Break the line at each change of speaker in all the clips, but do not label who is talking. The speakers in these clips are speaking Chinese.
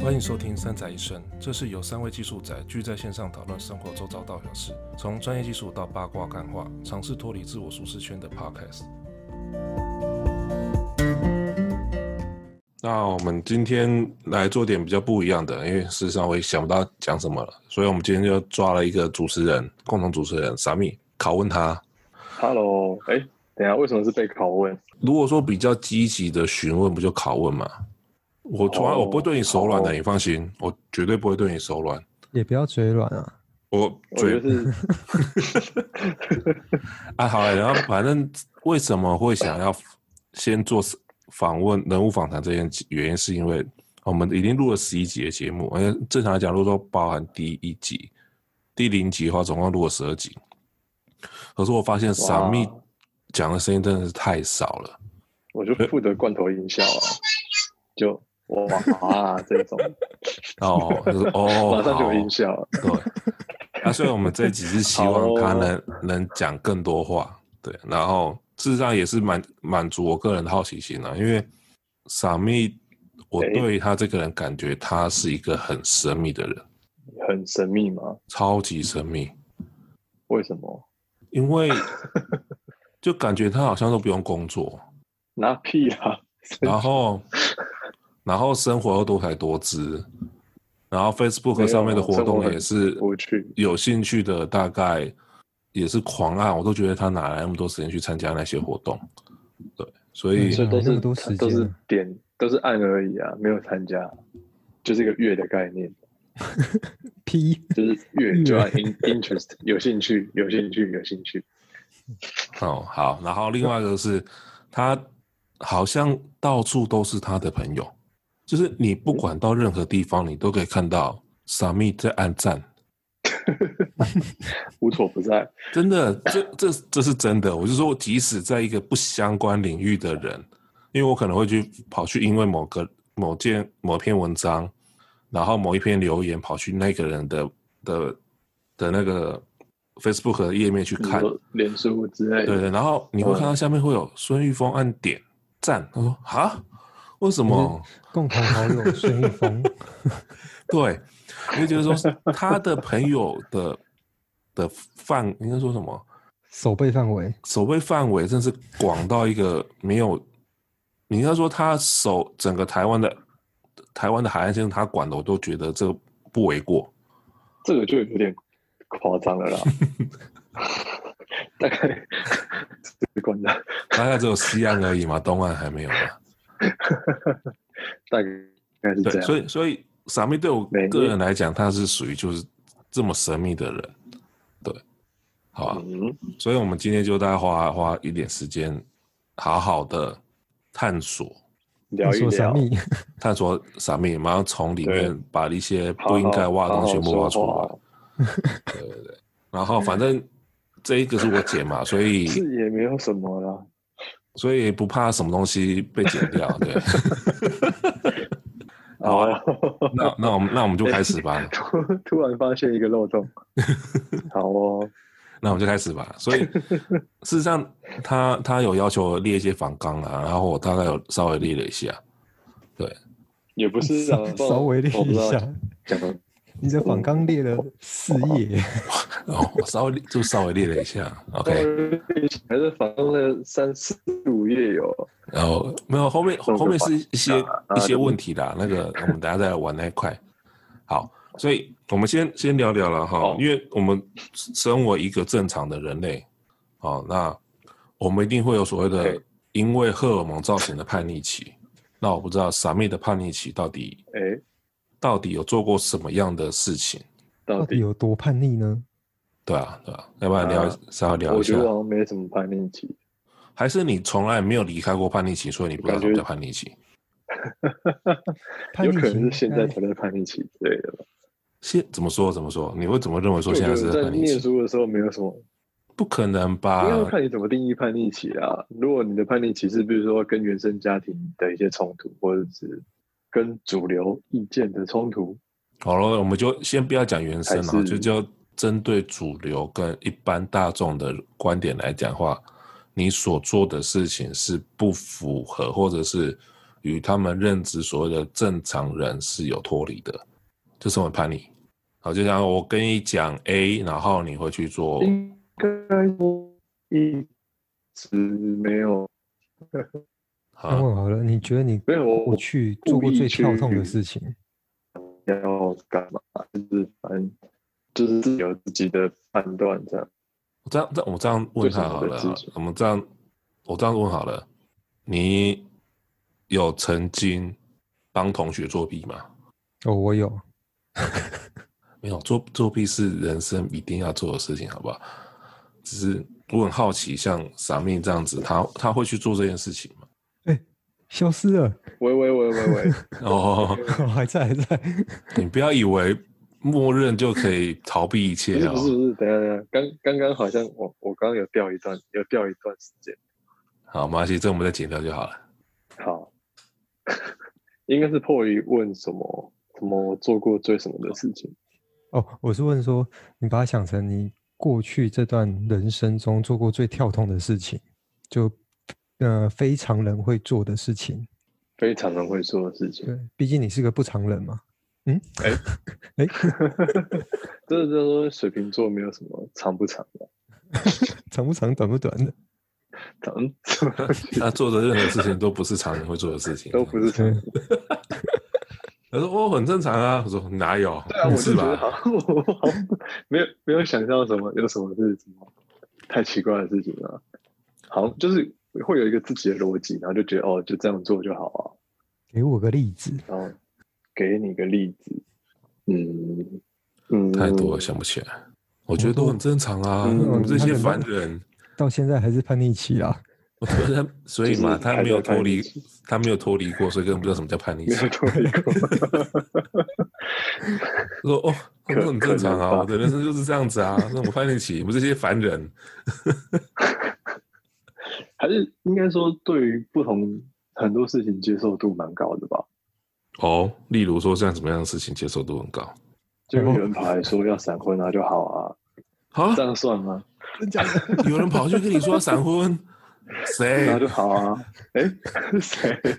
欢迎收听《三宅一生》，这是由三位技术宅聚在线上讨论生活周遭大小事，从专业技术到八卦干话，尝试脱离自我舒适圈的 Podcast。那我们今天来做点比较不一样的，因为事实上我也想不到讲什么了，所以我们今天就抓了一个主持人，共同主持人 Sammy，拷问他。
Hello，哎、等一下，为什么是被拷问？
如果说比较积极的询问，不就拷问吗？我从来
哦
我不会对你手软的，
哦
你放心，我绝对不会对你手软。
也不要嘴软啊，
我
我
嘴
就是
啊，好了，然后反正为什么会想要先做访问人物访谈这件原因，是因为我们已经录了十一集的节目，而且正常来讲，如果说包含第一集、第零集的话，总共录了十二集。可是我发现傻蜜讲的声音真的是太少 了，
我就负责罐头音效啊，就哇这种，
哦，就是 哦，
马上就有
好
音效了。
对， 那所以我们这一集是希望他能、能讲更多话，对，然后事实上也是满满足我个人的好奇心啊，因为傻蜜，我
诶
对他这个人感觉他是一个很神秘的人，
很神秘吗？
超级神秘，
为什么？
因 为就感觉他好像都不用工作，
拿屁啦！
然 后然后生活又多才多姿，然后 Facebook 上面的活动也是
我去，
有兴趣的大概也是狂啊按，我都觉得他哪来那么多时间去参加那些活动？对，所以
嗯
所以都
那
是
么多时间
都是点都是按而已啊，没有参加，就是一个月的概念，
批
就是 月就按 in, interest 有兴趣有兴趣有兴趣，
哦好，然后另外一个是，他好像到处都是他的朋友，就是你不管到任何地方，你都可以看到傻蜜在按赞，
无所不在。
真的，这这这是真的。我就说，即使在一个不相关领域的人，因为我可能会去跑去，因为某个某件某篇文章，然后某一篇留言，跑去那个人的的的那个 Facebook 的页面去
比如
看，
说脸书之类
对
的，
对。然后你会看到下面会有孙玉峰按点赞，他说啊，为什么？
共同好友孙玉 峰，
对，你就觉得说他的朋友的的范应该说什么？
手背范围，
守备范围真是广到一个没有，你要说他守整个台湾的台湾的海岸线他管的，我都觉得这不为过。
这个就有点夸 张了啦，大概 只管到
大概只有西岸而已 嘛，东岸还没有嘛。
大概应该是这
对，
样。
所以所以傻妹对我
没
个人来讲，他是属于就是这么神秘的人。对，好吧，
嗯，
所以我们今天就大概花花一点时间，好好的探索
聊一
说啥
聊，
密，
探索傻妹，然后从里
对
面把一些
好好
不应该挖的东
好好
西全部挖出
说
来
话。
然后反正这一个是我姐嘛，所以
是也没有什么啦。
所以不怕什么东西被剪掉。对，好啊
然
那
后
那我们那我们就开始吧，
哦 突突然发现一个 漏洞，好哦，
那我们就开始吧。所以事实上他，他有要求我列一些反纲啊，然后我大概有稍微列了一下。
也不是啊
稍， 稍微列
我不
一
知道
下，
讲的
你的反纲列了四页，
哦，我稍微列就稍微列了一下，OK。
还是反正那三四五页有，
然后没有后面
弄个
后面是一些
反纲啊
一些问题啦，那个 我们等下再来玩那一块。好，所以我们先先聊聊了哈
好，
因为我们身为一个正常的人类，哦，那我们一定会有所谓的
对
因为荷尔蒙造成的叛逆期。那我不知道傻妹的叛逆期到底
哎，
到底有做过什么样的事情，
到
到底
底
有多叛逆呢？
对啊，对啊，要不然聊
啊
稍微聊
我
一
觉
下
得，好像没什么叛逆期，
还是你从来没有离开过叛逆期，所以你不知道
感
什
觉
么叫叛逆期？
叛
有
逆哎
可能是
期
现
应
在
该
才在叛逆期之类的吧。
现怎么说怎么说？你会怎么认为说
就
现在
我
是
觉得在
叛逆
念
期？啊
书的时候没有什么，
不可能吧
因？为看你怎么定义叛逆期啊。如果你的叛逆期是比如说跟原生家庭的一些冲突，或者是跟主流意见的冲突，
好了，我们就先不要讲原声
还
了，
是
就就针对主流跟一般大众的观点来讲话，你所做的事情是不符合，或者是与他们认知所谓的正常人是有脱离的，这是我们叛逆。好，就像我跟你讲 A，然后你会去做，
应该说一直没有
那
啊，
问好了，你觉得你
没有我
过去做过最跳痛的事情？
要干嘛，就是反正就是自己有自己的判断这样。
我这样，这样我这样问他好了啊
对是我的自主，
我们这样，我这样问好了，你有曾经帮同学作弊吗？
哦，我有，
没有作作弊是人生一定要做的事情，好不好？只是我很好奇，像傻命这样子，他他会去做这件事情吗？
消失了，
喂喂喂喂喂，
哦，
嗯
还在还在。
你不要以为默认就可以逃避一
不
切
是
哦
不。是不是，等一下等一下，刚刚刚好像我我刚刚有掉一段，有掉一段时间。
好，没关系，这我们再剪掉就 好了。
好， 应该是迫于问什么什么我做过最什么的事情。
哦，我是问说，你把它想成你过去这段人生中做过最跳痛的事情，就呃非常人会做的事情。
非常人会做的事情，
对，毕竟你是个不常人嘛。嗯，
哎
哎，
这就是说水瓶座没有什么长不长的，
长不长，短不短的。
长什么 东西
他做的任何事情都不是常人会做的事情，
都不是。长。
他说：“哦，很正常啊。”我说：“哪有？
对啊，我
是
就觉得
吧？
好像我好像没有没有想象什么有什么是什么太奇怪的事情了，好像就是会有一个自己的逻辑，然后就觉得哦就这样做就好啊，啊
给我个例子，
然后给你个例子，嗯嗯，
太多了，想不起来。我觉得都很正常啊，
嗯
我们这
他
些
可能
凡人。”
到现在还是叛逆期啊。
我觉 得他，所以嘛，
就是
他
还
没有
在叛
脱离
逆期，
他没有脱离过，所以根本不知道什么叫叛逆
没
期。
有脱离过。
他说哦，
可
这很正常
可
啊，
能吧
我的人生就是这样子啊， 那我叛逆期，我们这些凡人，
还是应该说，对于不同很多事情接受度蛮高的吧。
哦，例如说像什么样的事情接受度很高？
就有人跑来说要闪婚啊，就好啊，
啊
这，样算吗？
真假的？
有人跑去跟你说要闪 婚，谁
然后？就好啊。哎、谁？哎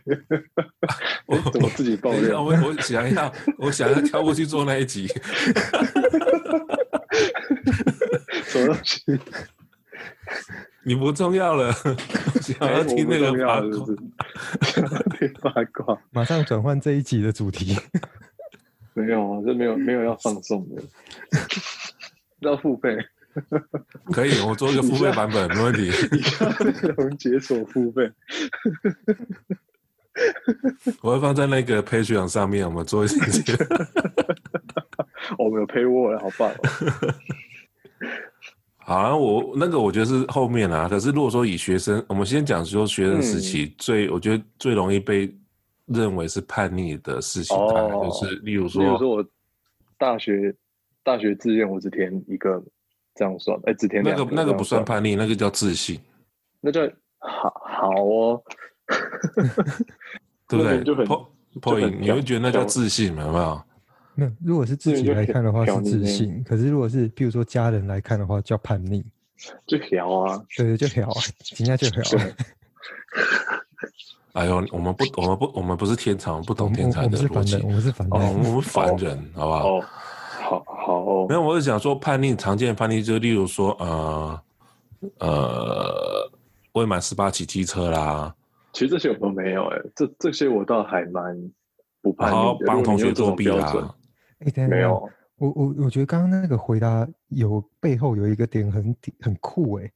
我
怎么自己爆
等一下，
料？
我我想要，我想要跳过去做那一集。
什么东西？
你不重要了， 我想
哎
要
我
听
不
那个
重
八
要是
卦
不。是？想要听八卦？
马上转换这一集的主题。
没有啊，这没有没有要放送的， 要付费，
可以，我做一个付费版本，没问题。
以下内容解锁付费。
我会放在那个 Patreon 上面，我们做一 集。
哦我们有 pay wall 了，好棒、哦！
好像我那个我觉得是后面啊，可是如果说以学生，我们先讲说学生时
嗯
期最，我觉得最容易被认为是叛逆的事情，
哦
大概就是例如
比如
说，啊
说我大学大学志愿我只填一个，这样算？哎、只填
那
两
个那个不算
判，
叛逆，那个叫自信，
那就好好哦。
对不
那个哦就
对 Po-
很就很
Point，你会觉得那叫自信嘛？有没有？
那如果是自
这
己
个就
来看的话
挑
是
你
自
呢
信，可是如果是比如说家人来看的话叫叛逆，
就聊啊，
对对，就很好，人家就很啊好。
对，
哎呦，我们不，我们不，我们不是天才，我们不
我
懂
们
天才
我们
的
是
逻
凡
辑
人，我，们是凡
哦，我
人。
们凡人，好不好？
哦，好好
啊没
哦，
有，我是想说叛逆，常见的叛逆就例如说，呃呃，未满十八骑机车啦，
其实这些我都没有哎、这这些我倒还蛮不叛
然后
逆的，
帮
如果
同
啊你
学
用这
作
种
弊
标准
啦，
哎，等一下
没，有，
我我我觉得刚刚那个回答有背后有一个点很很酷诶，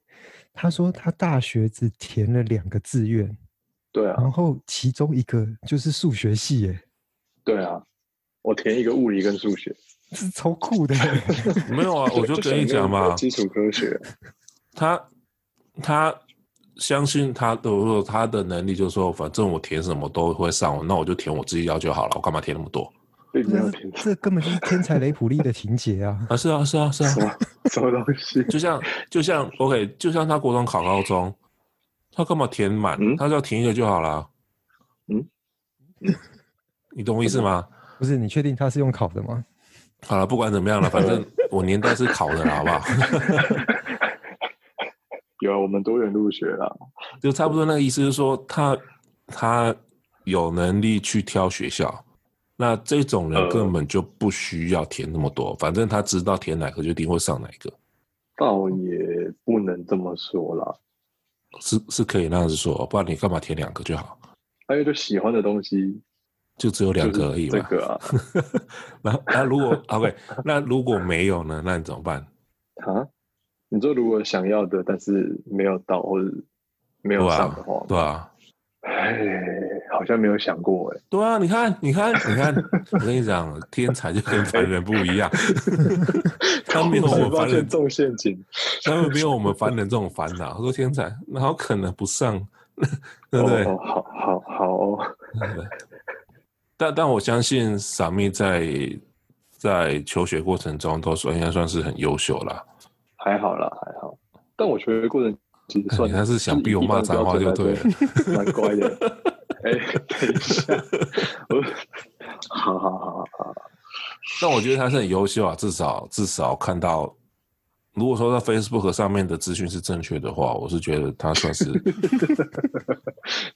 他说他大学只填了两个志愿，
对啊
然后其中一个就是数学系欸诶，
对啊，我填一个物理跟数学，
这是超酷的欸。
没有 啊，我就跟你讲嘛，
基础科学，
他他相信他的，我说他的能力，就是说，反正我填什么都会上，那我就填我自己要求好了，我干嘛填那么多？
并没有
这
填
这根本就是天才雷普利的情节啊！
啊，是啊，是啊，是啊
什，么什么东 西，
就 像就像 OK，就像他国中考高中，他干嘛填满？
嗯
他只要填一个就好了。
嗯，
你懂我意思吗？
不是你确定他是用考的吗？
好了，不管怎么样了，反 正我年代是考的啦，好不好？
有啊我们多元入学啦，
就差不多那个意思，是说他他有能力去挑学校，那这种人
呃
根本就不需要填那么多，反正他知道填哪个就一定会上哪一个，
倒也不能这么说啦，
是是可以那样子说，哦不然你干嘛填两个就好，
还有就喜欢的东西
就只有
就
两
是
个而已嘛。
这个 啊
那那如 果 OK，那如果没有呢？那你怎么办？
啊，你说如果想要的，但是没有到或者没有
对
上
啊
的话，
对啊，
哎，好像没有想过哎、
对啊！你看，你看，你 看，我跟你讲，天才就跟凡人不一样，他没有我们
发
凡
现
人，
中陷阱，
他们没有我们凡人这种烦恼。他说天才哪有可能不上？ 对不对？
哦，好好好哦，
对但但我相信傻蜜在在求学过程中都算应该算是很优秀啦。
还好啦，还好。但我觉得过程其实算，
哎你那是想逼我骂脏话就对了
就是以一般的标准来说，蛮乖的。哎、等一下，我好好好 好，
但我觉得他是很优秀啊，至少至少看到，如果说在 Facebook 上面的资讯是正确的话，我是觉得他算是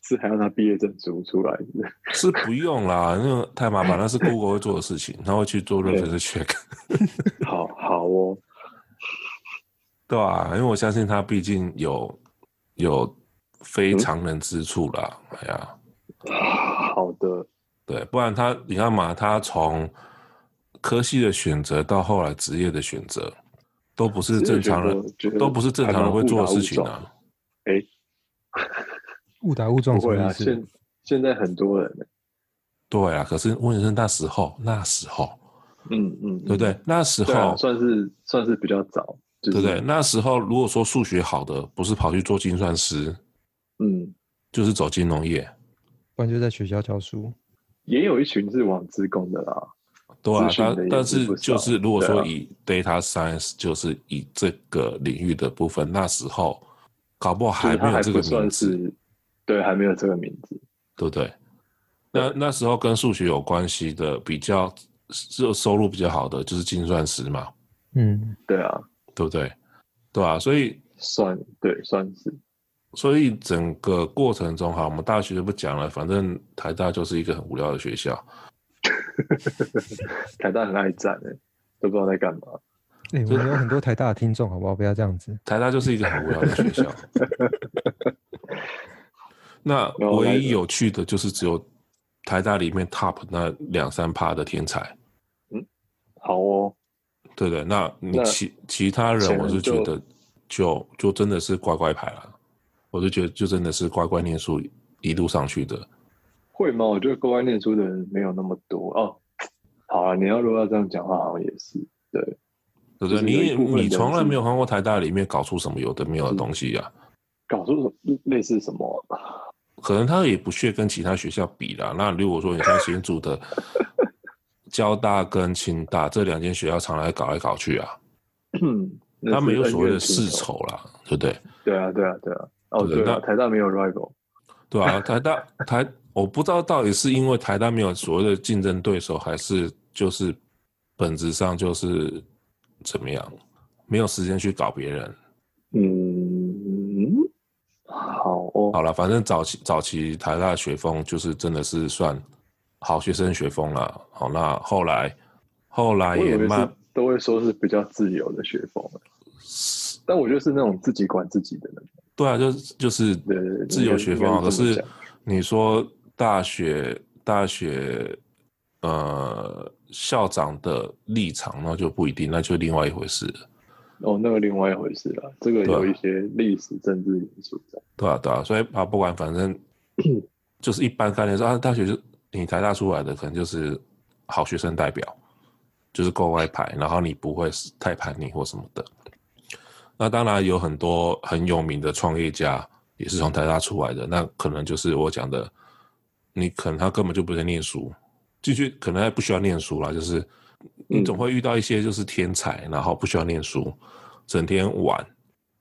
是还要拿毕业证书出来是不是
是不用啦，那个太麻烦，那是 Google 会做的事情，他会去做 reference check，
好好哦，
对吧、因为我相信他毕竟有有非常人之处啦，哎呀。
好的，
对，不然他你看嘛，他从科系的选择到后来职业的选择，都不是正常人
我觉得
都不是正常人会做的事情啊。
误打误撞
不
什
会
么
啊，
意思？
现现在很多人，
对啊，可是问题是那时候，那时候，
嗯嗯，
对不对？那时
对啊
候，
算是算是比较早，就
对不
是、
对？？那时候如果说数学好的，不是跑去做精算师，
嗯，
就是走金融业，
不然就在学校教书。
也有一群是往自工的啦，
对啊
资。讯的
但
也
但
是
是
不少
就是如果
对啊
说以 data science，就是以这个领域的部分，那时候搞不好
就是
还
他
没有
还
这个
不
名
算
字。
是，对，还没有这个名字。
对不对？那那时候跟数学有关系的比较，收收入比较好的就是精算师嘛，
嗯，
对啊，
对不对？对啊，所以
算对，算是
所以整个过程中哈，我们大学就不讲了，反正台大就是一个很无聊的学校。
台大很爱战诶、都不知道在干嘛。
哎、我们有很多台大的听众，好不好？不要这样子。
台大就是一个很无聊的学 校。那
然后来
唯一
一个
有趣的就是只有台大里面 top 那两三趴的天才，
好哦，
对不对？那你
那
其其他
显
人，
然
我是觉
就
得就就真的是乖乖牌了，我就觉得就真的是乖乖念书一路上去的。
会吗？我觉得乖乖念书的人没有那么多哦。好啊，你要如果要这样讲话，好像也是对，
对不对？
就是有
你
一
也
部分
你
人
从来
是
没有看过台大里面搞出什么有的没有的东西啊呀、
嗯搞出什么类似什么啊
可能他也不屑跟其他学校比啦。那如果说你像新竹 的交大跟清大这两间学校，常来搞来搞去啊，
那
他
是
们有所谓的
恩怨情
世
仇。
仇啦，对不对？
对啊，对啊，对啊。哦，
对
对啊，
那
台大没有 rival。
对啊，台大台，我不知道到底是因为台大没有所谓的竞争对手，还是就是本质上就是怎么样，没有时间去搞别人。
嗯，好哦，
好了，反正早期早期台大的学风就是真的是算好学生学风了。好，那后来后来
我以
也
为
慢
是都会说是比较自由的学风，啊但我觉得是那种自己管自己的人。
对啊，就是就是
对对对
自由学风啊。
应
可
该是这么
是
讲
你说大学大学呃校长的立场，那就不一定，那就另外一回事了，
哦，那个另外一回事了，这个
对啊
有一些历史政治因素在。
对啊对啊。所以啊，不管反 正就是一般概念说啊，大学就你台大出来的，可能就是好学生代表，就是够外牌，然后你不会是太叛逆或什么的。那当然有很多很有名的创业家也是从台大出来的，那可能就是我讲的，你可能他根本就不在念书，进去可能还不需要念书啦，就是你总会遇到一些就是天才，然后不需要念书，整天玩，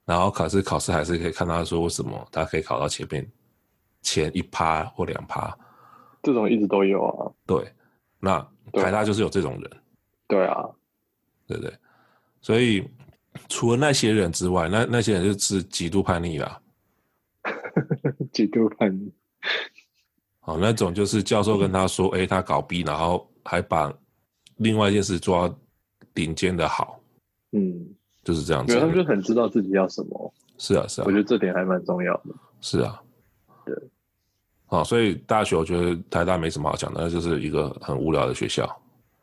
然后考试考试还是可以看他说为什么他可以考到前面前一趴或两趴，
这种一直都有啊，
对，那
对
台大就是有这种人，
对啊，
对不对？所以除了那些人之外，那那些人就是极度叛逆啦。
极度叛逆。
哦，那种就是教授跟他说，哎、他搞 B，然后还把另外一件事做到顶尖的好，
嗯，
就是这样
没
子
有，。他们就很知道自己要什么，
是啊，是啊
我觉，得这点还蛮重要的。
是啊。
对。
哦，所以大学我觉得台大没什么好讲的，那就是一个很无聊的学校。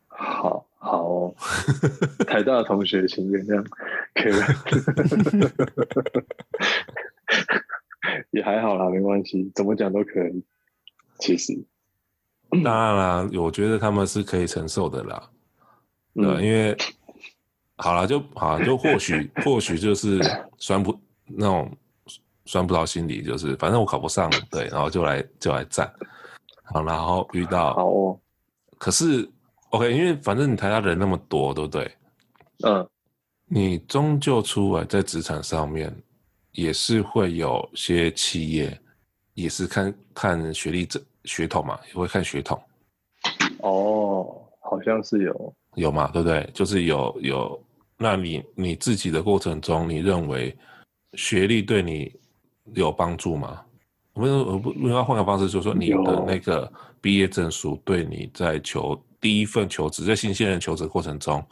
好好、哦， 台大的同学请原谅 Kevin，也还好啦，没关系，怎么讲都可以。其实，
当然啦，我觉得他们是可以承受的啦。对，啊
嗯，
因为好了就好啦，就或许或许就是酸不那种酸不到心里，就是反正我考不上，对，然后就来就来站，好，然后遇到，
好哦，
可是 OK，因为反正你台大人那么多，对不对？
嗯，
你终究出来在职场上面，也是会有些企业也是看看学历这血统嘛，也会看血统。
哦，好像是有，
有嘛，对不对？就是有有，那你你自己的过程中，你认为学历对你有帮助吗？我们我不我们要换个方式说说你的
有
那个毕业证书对你在求第一份求职，在新鲜人求职过程中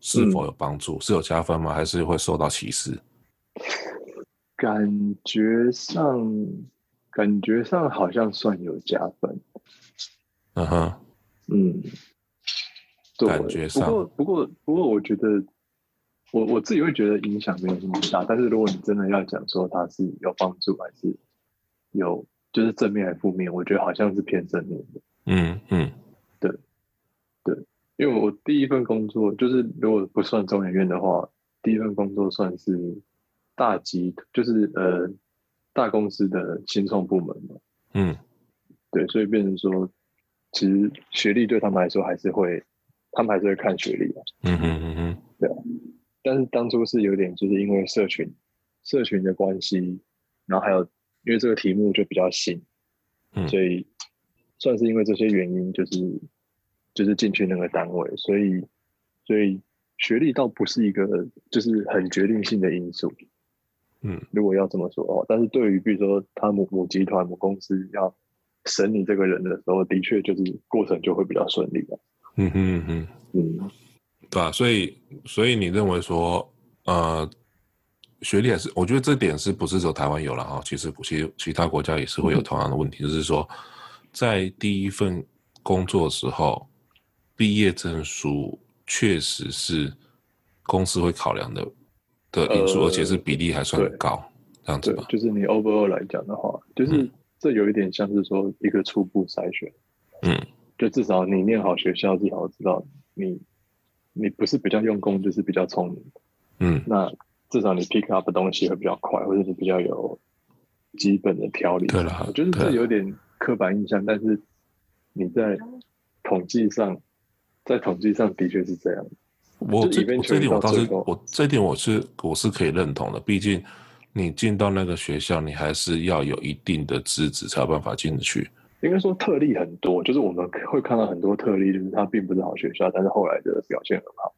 是否有帮助？是有加分吗？还是会受到歧视？
感觉上，感觉上好像算有加分，
嗯哼，
嗯，对
感觉上
不过，不过，不过，我觉得我我自己会觉得影响没有那么大。但是如果你真的要讲说它是有帮助还是有，就是正面还是负面，我觉得好像是偏正面的。
嗯嗯
因为我第一份工作就是如果不算中研院的话，第一份工作算是大集，就是呃大公司的新创部门嘛。
嗯，
对，所以变成说，其实学历对他们来说还是会，他们还是会看学历啊。
嗯哼嗯哼，
但是当初是有点就是因为社群社群的关系，然后还有因为这个题目就比较新，
嗯
所以算是因为这些原因，就是就是进去那个单位，所以所以学历倒不是一个就是很决定性的因素。
嗯，
如果要这么说哦，但是对于比如说他母母集团母公司要审你这个人的时候，的确就是过程就会比较顺利了。
嗯哼嗯哼。
嗯，
对啊，所以所以你认为说，呃，学历还是，我觉得这点是不是只有台湾有了哈？其实其实其他国家也是会有
嗯
同样的问题，就是说，在第一份工作的时候，毕业证书确实是公司会考量的的因素，
呃
而且是比例还算
对
高，这样子
对
吧，？
就是你 overall 来讲的话，就是
嗯
这有一点像是说一个初步筛选，
嗯，
就至少你念好学校，至少知道你你不是比较用功，就是比较聪明，
嗯
那至少你 pick up 的东西会比较快，或者你比较有基本的条理。
对啦
我觉得
对啦
这有点刻板印象，但是你在统计上，在统计上的确是这样。
我
就
这
eventually
这点我
到
倒是
最后
我这点我是我是可以认同的，毕竟你进到那个学校，你还是要有一定的资质才有办法进得去。
应该说特例很多，就是我们会看到很多特例，就是它并不是好学校，但是后来的表现很好。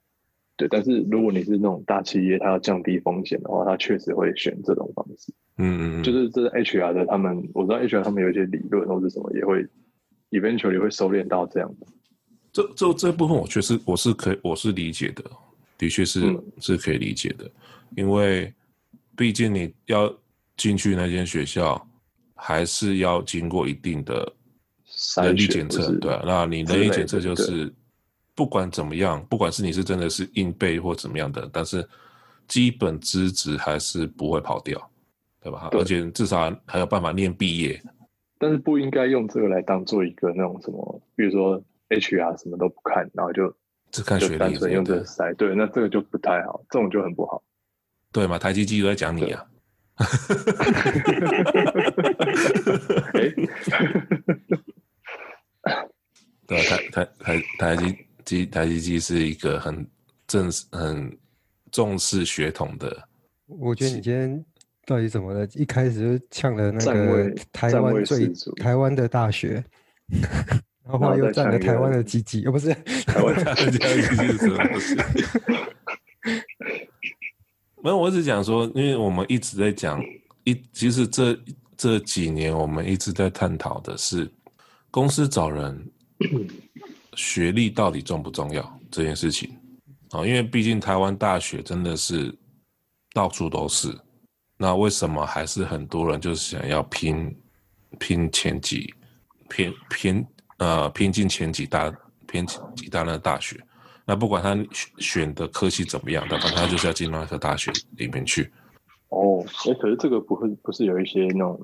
对，但是如果你是那种大企业，它要降低风险的话，它确实会选这种方式。
嗯嗯嗯，
就是这是 HR 的，他们我知道 HR 他们有一些理论或者什么，也会 eventually 会收敛到这样的。
这这这部分我确实我是可以我是理解的，的确是、
嗯
是可以理解的，因为毕竟你要进去那间学校，还是要经过一定的
筛
能力
选
检
或
测，
是
对啊、那你
之
能力
类
检测
的
就
对
是不管怎么样，不管是你是真的是硬背或怎么样的，但是基本资质还是不会跑掉，对吧？
对
而且至少还有办法念毕业，
但是不应该用这个来当做一个那种什么，比如说 HR 什么都不看，然后就
只看
就
学
单
历什
纯
么
用这个
的，
筛。对，那这个就不太好，这种就很不好。
对嘛？台积机都在讲你啊，
哎，
对啊，台台台台积机台积机是一个很正很重视血统的，
我觉得你今天到底怎么了？一开始就呛了那
站
个
位
台
站
湾
位
最
十足
台湾的大学，然
然
后后来
后
又
再
占
呛
了
一
台
个
湾的鸡鸡，哦不是，
台湾
台积机是什么东西？没有，我只讲说，因为我们一直在讲一，其实这这几年我们一直在探讨的是公司找人学历到底重不重要这件事情啊、因为毕竟台湾大学真的是到处都是，那为什么还是很多人就是想要拼拼前几，拼拼呃拼进前几大拼几大那个大学？那不管他选选的科系怎么样，但反正他就是要进到那个大学里面去。
哦，哎，可是这个不会不是有一些那种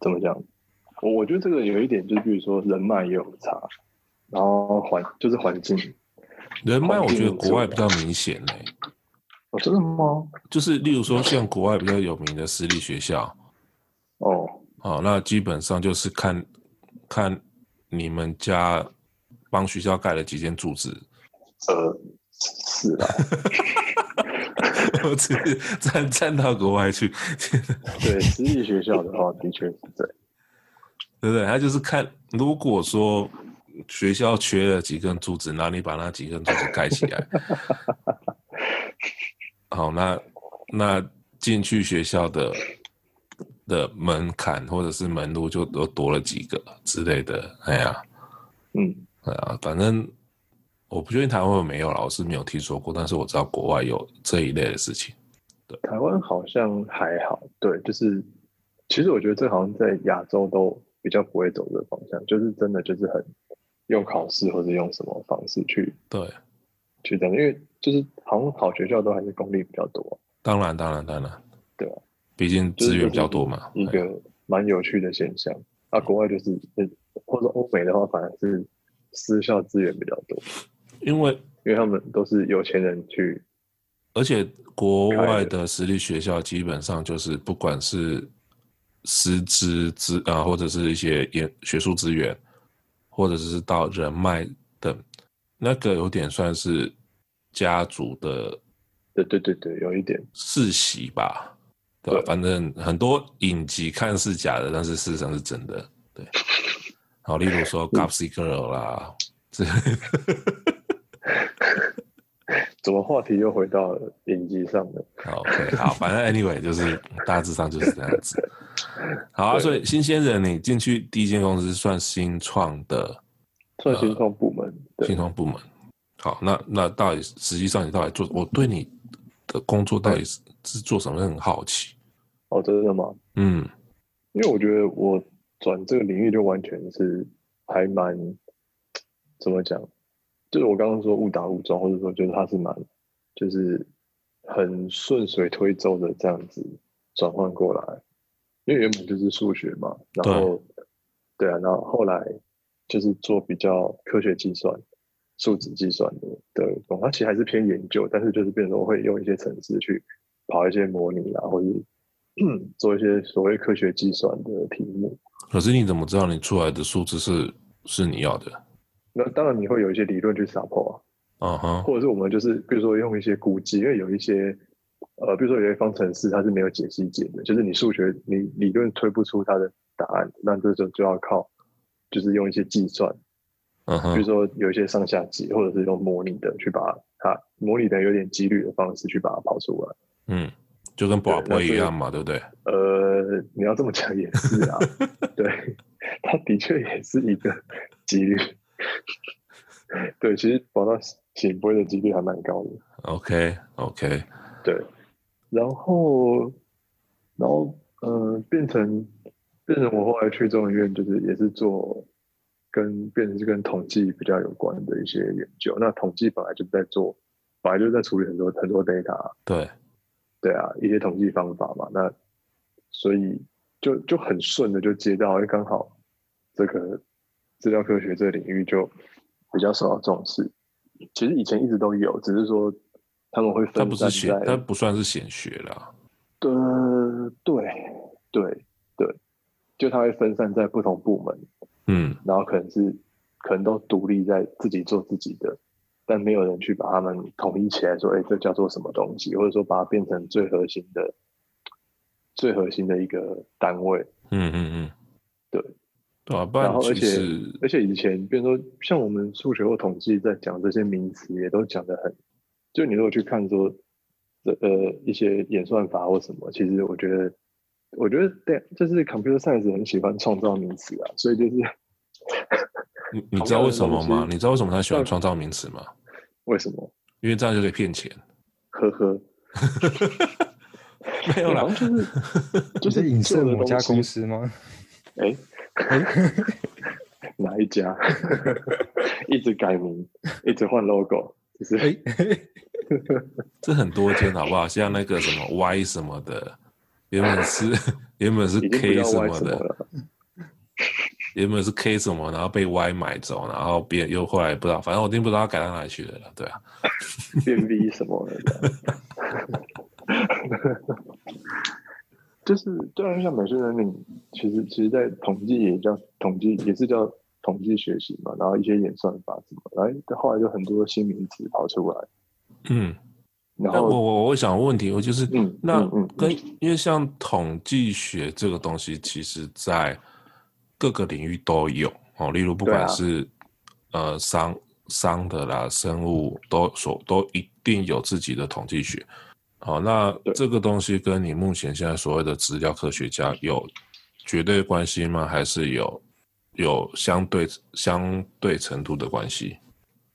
怎么讲？我我觉得这个有一点，就是比如说人脉也有差，然后环就是环境。
人脉，我觉得国外比较明显嘞、
哦，真的吗？
就是例如说像国外比较有名的私立学校，
哦，
哦，那基本上就是看看你们家帮学校盖了几间住址，
呃，是啦，
我只是站站到国外去，
对，私立学校的话，的确是对。
对不对？他就是看，如果说学校缺了几根柱子，那你把那几根柱子盖起 来，好，那那进去学校的的门槛或者是门路就都多了几个之类的，哎呀，
嗯，
哎呀，反正我不确定台湾有没有啦，我是没有听说过，但是我知道国外有这一类的事情。
台湾好像还好，对，就是其实我觉得这好像在亚洲都比较不会走这个方向，就是真的就是很用考试或者用什么方式去
对，
去这样，因为就是好像好学校都还是公立比较多，啊
当然，当然，当然，
对啊，
毕竟
就是
资源
这
比较
是嗯
多嘛。
一
哎
个蛮有趣的现象。啊，国外就是，呃或者欧美的话，反而是私校资源比较多，
因为
因为他们都是有钱人去，
而且国外
开
的私立学校基本上就是不管是师资资啊、或者是一些研学术资源，或者是到人脉等，那个有点算是家族的
对对对对，有一点，
世袭吧，对吧？
对
反正很多影集看似假的，但是事实上是真的，对。好，例如说《Gossip Girl》啦，这
怎么话题又回到影集上了？
好 OK，好，反正 anyway 就是大致上就是这样子。好啊，
对
所以新鲜人你进去第一间公司算新创的
算新创部门，
新
对，
创部门。好，那那到底实际上你到底做？我对你的工作到底是是做什么很好奇。
哦，真的吗？
嗯，
因为我觉得我转这个领域就完全是还蛮怎么讲，就是我刚刚说误打误撞，或者说就是它是蛮就是很顺水推舟的这样子转换过来，因为原本就是数学嘛，然后对啊，然后后来就是做比较科学计算、数值计算的的东西，它其实还是偏研究，但是就是变成我会用一些程式去跑一些模拟啊，或者是 做一些所谓科学计算的题目。
可是你怎么知道你出来的数字是是你要的？
那当然你会有一些理论去 support 啊，
嗯哼，
或者是我们就是比如说用一些估计，因为有一些呃，比如说有一些方程式它是没有解析解的，就是你数学你理论推不出它的答案，那这时候就要靠就是用一些计算，
嗯
比如
哼，
说有一些上下级，或者是用模拟的去把它模拟的有点几率的方式去把它跑出来。
嗯，就跟宝
对那
贝一
所以
样嘛，对不对？
呃，你要这么讲也是啊，对， 它的确也是一个几率。 对，其实跑到醒波的几率还蛮高的。
OK OK，
对，然后，然后，呃，变成变成我后来去中医院，就是也是做跟变成是跟统计比较有关的一些研究。那统计本来就在做，本来就在处理很多很多 data，
对，
对啊，一些统计方法嘛。那所以就就很顺的就接到，因为刚好这个资料科学这个领域就比较受到重视。其实以前一直都有，只是说他们会
它
分
不是
散
显，
在
它不算是显学啦。
呃，对，对，对，就它会分散在不同部门，
嗯，
然后可能是可能都独立在自己做自己的，但没有人去把它们统一起来说，哎，这叫做什么东西，或者说把它变成最核心的、最核心的一个单位。
嗯嗯嗯，
对
对啊，不然
然后而
其
且
实
而且以前，比如说像我们数学或统计在讲这些名词，也都讲得很，就你如果去看说，这呃一些演算法或什么，其实我觉得，我觉得对，就是 computer science 很喜欢创造名词啊，所以就是
你你知道为什么
同样的
吗
东？西嗯
你知道为什么他喜欢创造名词吗？
为什么？
因为这样就可以骗 钱。
呵呵，
没有
好
啦，
像就是 就
你
是
是影
旧
射
的
某家
东西
公司吗？
哎，哪一家？ 一直改名，一直换 logo，就是
哎，
这很多间好不好？像那个什么 Y 什么的，原本是原本是
已经不知
K
道
什
Y
么
什么
的，
了。
原本是 K 什么，然后被 Y 买走，然后别人又后来不知道，反正我已经不知道他改到哪里去了啦对啊，
变 V 什么 的这样，就是对啊，像 machine learning，其实其实在统计也叫统计，也是叫统计学习嘛，然后一些演算法什么，然后后来就很多新名词跑出来，
嗯。
然
那我
后
我我想问问题，我就是、
嗯
那
嗯嗯
跟因为像统计学这个东西，其实在各个领域都有哦，例如不
对啊
管是、呃商商的啦、生物都所都一定有自己的统计学。好、那
对
这个东西跟你目前现在所谓的资料科学家有绝对关系吗？还是有有相对相对程度的关系？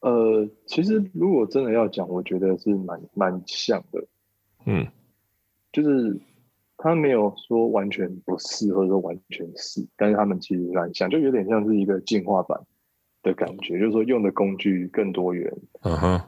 呃，其实如果真的要讲，我觉得是蛮蛮像的，
嗯
就是他没有说完全不是，或者说完全是，但是他们其实蛮像，就有点像是一个进化版的感觉，就是说用的工具更多元。
嗯哼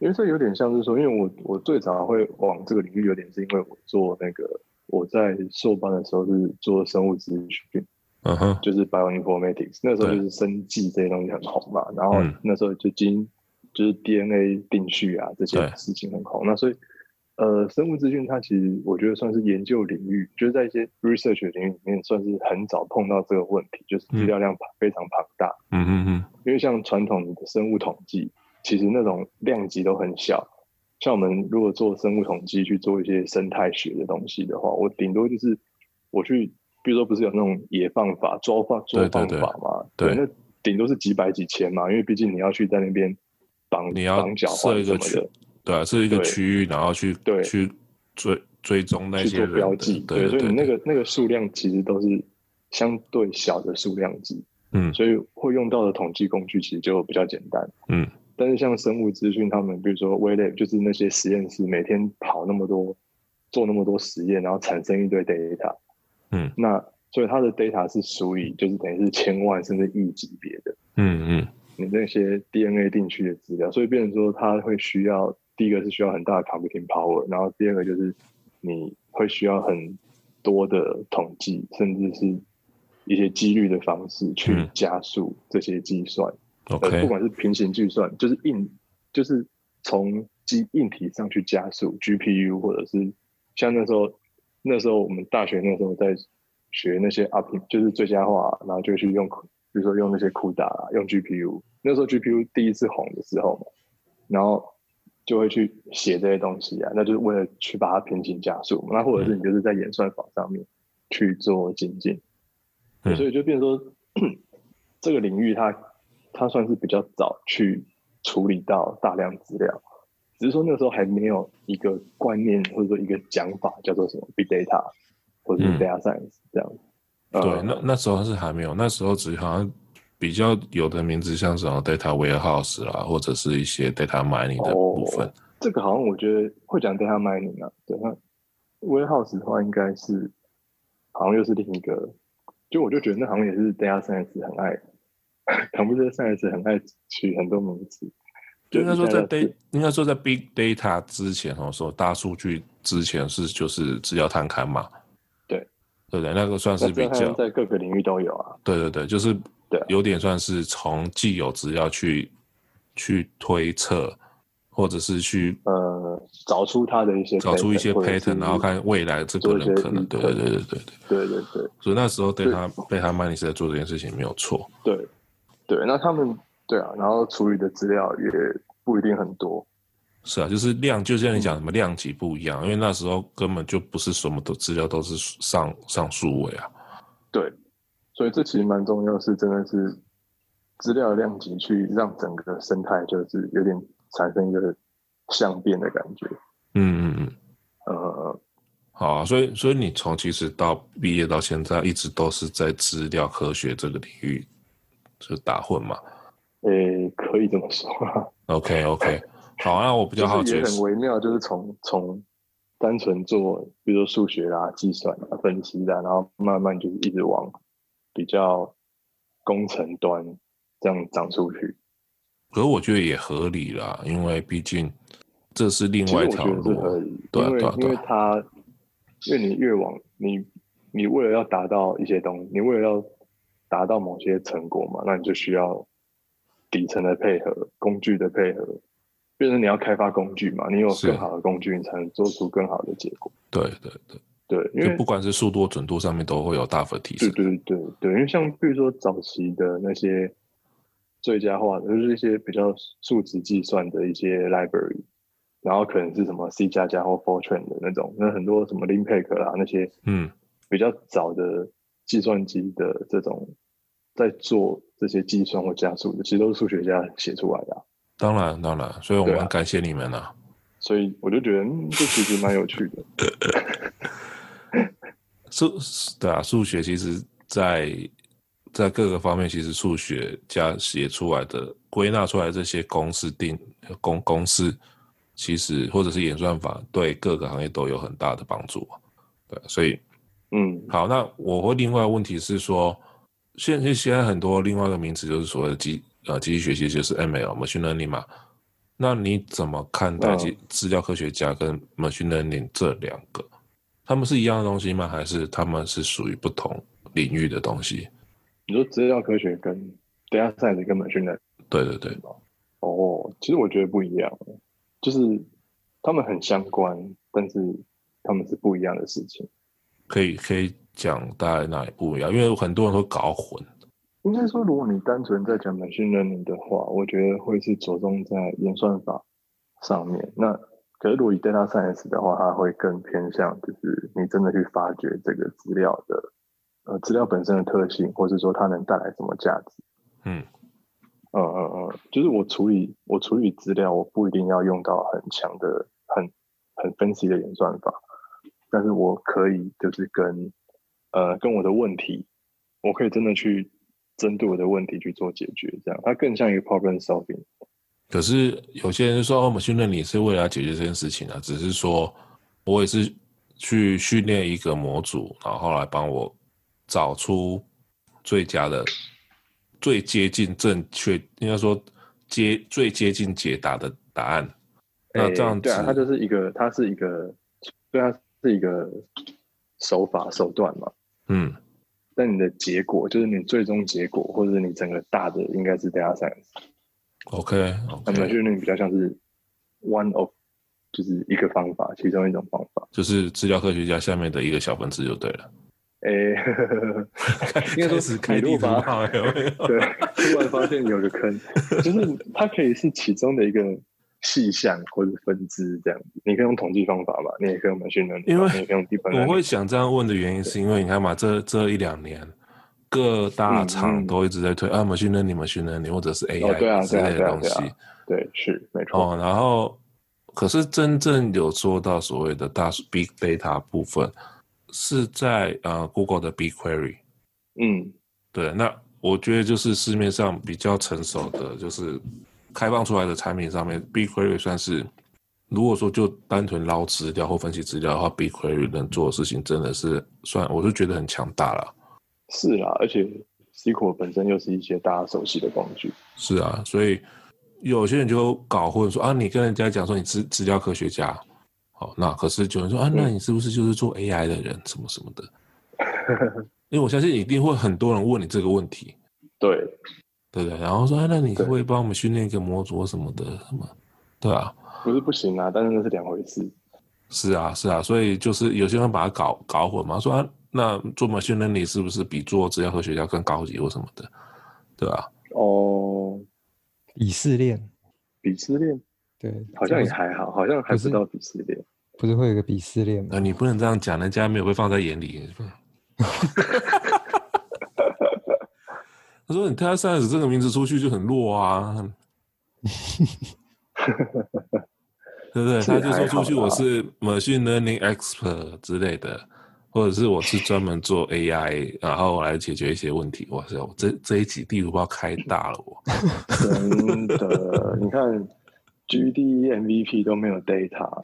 因为这有点像是说，因为我我最早会往这个领域，有点是因为我做那个我在硕班的时候是做生物资讯，
嗯哼
就是 bioinformatics，那时候
对
就是生技这些东西很红嘛，然后
嗯
那时候就基因就是 DNA 定序啊这些
对
事情很红，那所以呃生物资讯它其实我觉得算是研究领域，就是在一些 research 的领域里面算是很早碰到这个问题，就是资料量非常庞大，
嗯哼哼
因为像传统的生物统计，其实那种量级都很小。像我们如果做生物统计去做一些生态学的东西的话，我顶多就是我去，比如说不是有那种野放法、抓放
对
捉
对
放
对
法嘛？
对
那顶多是几百几千嘛，因为毕竟你要去在那边绑
你要
绑脚
设
环
一
什
个
么
区
的，，
对啊，设一个
对
区域，然后去
对
去追追踪那
去
些
做
人的
标记。
对
所以
对，
你那
对
个那个数量其实都是相对小的数量级。
嗯
所以会用到的统计工具其实就比较简单。
嗯，
但是像生物资讯，他们比如说 w 类，就是那些实验室每天跑那么多，做那么多实验，然后产生一堆 data。
嗯
那所以它的 data 是属于就是等于是千万甚至亿级别的，
嗯嗯
你那些 DNA 定区的资料，所以变成说它会需要第一个是需要很大的 computing power，然后第二个就是你会需要很多的统计，甚至是一些几率的方式去
嗯
加速这些计算。呃，不
，OK，
管是平行计算，就是硬，就是从基硬体上去加速 GPU，或者是像那时候，那时候我们大学那时候在学那些 up，就是最佳化、然后就去用，比如说用那些酷打、用 GPU，那时候 GPU 第一次红的时候嘛，然后就会去写这些东西啊，那就是为了去把它平行加速嘛，那或者是你就是在演算法上面去做精进，
嗯
所以就变成说 这个领域它它算是比较早去处理到大量资料，只是说那时候还没有一个观念或者说一个讲法叫做什么 big data 或者是
嗯
data science 这样。呃
对，那那时候是还没有，那时候只好像比较有的名字像什么 data warehouse 啦，或者是一些 data mining 的部分
哦，这个好像我觉得会讲 data mining 啊，对，那 warehouse 的话应该是好像又是另一个，就我就觉得那好像也是 data science 很爱 computer science 很爱取很多名词，
就应该说在
就是
data，应该说在 big data 之前哦，说大数据之前是就是资料探勘嘛，
对
对不对？那个算是
那
比
这
较
样在各个领域都有啊，
对对对，就是
对啊
有点算是从既有资料去去推测，或者是去
呃，找出它的一些
找出一些
pattern，或者是
pattern，然后看未来这个
做一些
人可能
预
对
测
对对对对对。
对对对
所以那时候对
对
他被他曼尼斯在做这件事情没有错，
对对，那他们对啊，然后处理的资料也不一定很多，
是啊，就是量，就像你讲什
嗯
么量级不一样，因为那时候根本就不是什么都资料都是上上数位啊，
对，所以这其实蛮重要，是真的是资料的量级去让整个生态就是有点产生一个相变的感觉，
嗯嗯嗯。
呃，
好、啊，所以所以你从其实到毕业到现在，一直都是在资料科学这个领域就打混嘛。
诶，可以这么说啊，
OK OK，好，那我比较好
就是
奇
也
的是，
很微妙，就是从从单纯做，比如说数学啦、计算啦、分析啦，然后慢慢就是一直往比较工程端这样长出去。
可是我觉得也合理啦，因为毕竟这是另
其实
外一
我
条
觉得是合
路。
理，
对啊
因为
对啊对
因
啊
为它，因为你越往你你为了要达到一些东西，你为了要达到某些成果嘛，那你就需要底层的配合、工具的配合，就是你要开发工具嘛，你有
是
更好的工具，你才能做出更好的结果。
对对对，
对，因为
就不管是速度或准度上面都会有大幅提
对
升。
对对对，因为像比如说早期的那些最佳化，就是一些比较数值计算的一些 library，然后可能是什么 C 加加或 Fortran 的那种，那很多什么 Linpack 啦那些
嗯，
比较早的计算机的这种在做这些计算或加速的，其实都是数学家写出来的啊、
当然当然，所以我
对
们
啊
感谢你们啊。
所以我就觉得、嗯、这其实蛮有趣的。
数对啊，数学其实在在各个方面，其实数学家写出来的、归纳出来的这些公式定公公式，其实或者是演算法，对各个行业都有很大的帮助啊。对，所以
嗯，
好，那我会另外的问题是说，现在现在很多另外一个名词就是所谓的机呃机器学习，就是 ML machine learning 嘛。那你怎么看待
嗯
机资料科学家跟 machine learning 这两个？他们是一样的东西吗？还是他们是属于不同领域的东西？
你说资料科学跟 data science 跟 machine learning
对对对，
哦，其实我觉得不一样，就是他们很相关，但是他们是不一样的事情。
可以可以讲大概哪里不一样？因为很多人会搞混。
应该说，如果你单纯在讲 machine learning 的话，我觉得会是着重在演算法上面。那可是如果以 data science 的话，它会更偏向就是你真的去发掘这个资料的呃资料本身的特性，或是说它能带来什么价值。
嗯
嗯嗯嗯，就是我处理我处理资料，我不一定要用到很强的、很很分析的演算法，但是我可以就是跟呃跟我的问题，我可以真的去针对我的问题去做解决，这样它更像一个 problem solving。
可是有些人说，哦，我们训练你是为了要解决这件事情啊，只是说我也是去训练一个模组，然后来帮我找出最佳的、最接近正确，应该说接最接近解答的答案。那
诶
这样子，
对啊，它就是一个，它是一个，对，它是一个手法手段嘛。
嗯，
但你的结果就是你最终结果，或者是你整个大的应该是 data science。
OK
那么
OK，
训练比较像是 one of，就是一个方法，其中一种方法。
就是资料科学家下面的一个小分支就对了。
诶、 应该 说
开始开
你如
地
果
图
把
炮了有没有？
对，突然发现有个坑，就是它可以是其中的一个细项或者分支这样子。你可以用统计方法嘛，你也可以用 machine learning，
因为
嘛你也可以用 deep learning。
我会想这样问的原因，是因为你看嘛，这这一两年各大厂
嗯嗯
都一直在推、啊，machine learning、machine learning 或者是 AI、
对啊
之类
对
的
啊
东
对啊
西
对啊对，是没错。
哦。然后，可是真正有做到所谓的大数 big data 部分，是在呃 Google 的 BigQuery。
嗯，
对，那我觉得就是市面上比较成熟的，就是开放出来的产品上面，BigQuery 算是，如果说就单纯捞资料或分析资料的话，BigQuery 能做的事情真的是算，我是觉得很强大了。
是啦，而且 SQL 本身又是一些大家熟悉的工具。
是啊，所以有些人就搞混说啊，你跟人家讲说你资资料科学家，好，那可是有人说啊，那你是不是就是做 AI 的人什么什么的？ 因为我相信一定会很多人问你这个问题，
对，
对不对？然后说，哎，那你可
对
不可以帮我们训练一个模组或什么的，什么，对啊，
不是不行啊，但是那是两回事。
是啊，是啊，所以就是有些人把它搞搞混嘛，说啊，那做 machine learning 是不是比做资料科学家更高级或什么的，对啊吧、
哦，
鄙视链，
鄙视链
对，
好像也
这不是
还好，好像还
不是
不到鄙视链。
不是会有个鄙视链吗？
呃那你不能这样讲，人家没有被放在眼里。 他说：“你 Data Science 这个名字出去就很弱啊，对不对？
是
他就说
还好
出去我
啦
是 Machine Learning Expert 之类的，或者是我是专门做 AI，然后来解决一些问题。哇塞，我这这一集地图炮开大了我，
真的，你看 E GD MVP 都没有 data，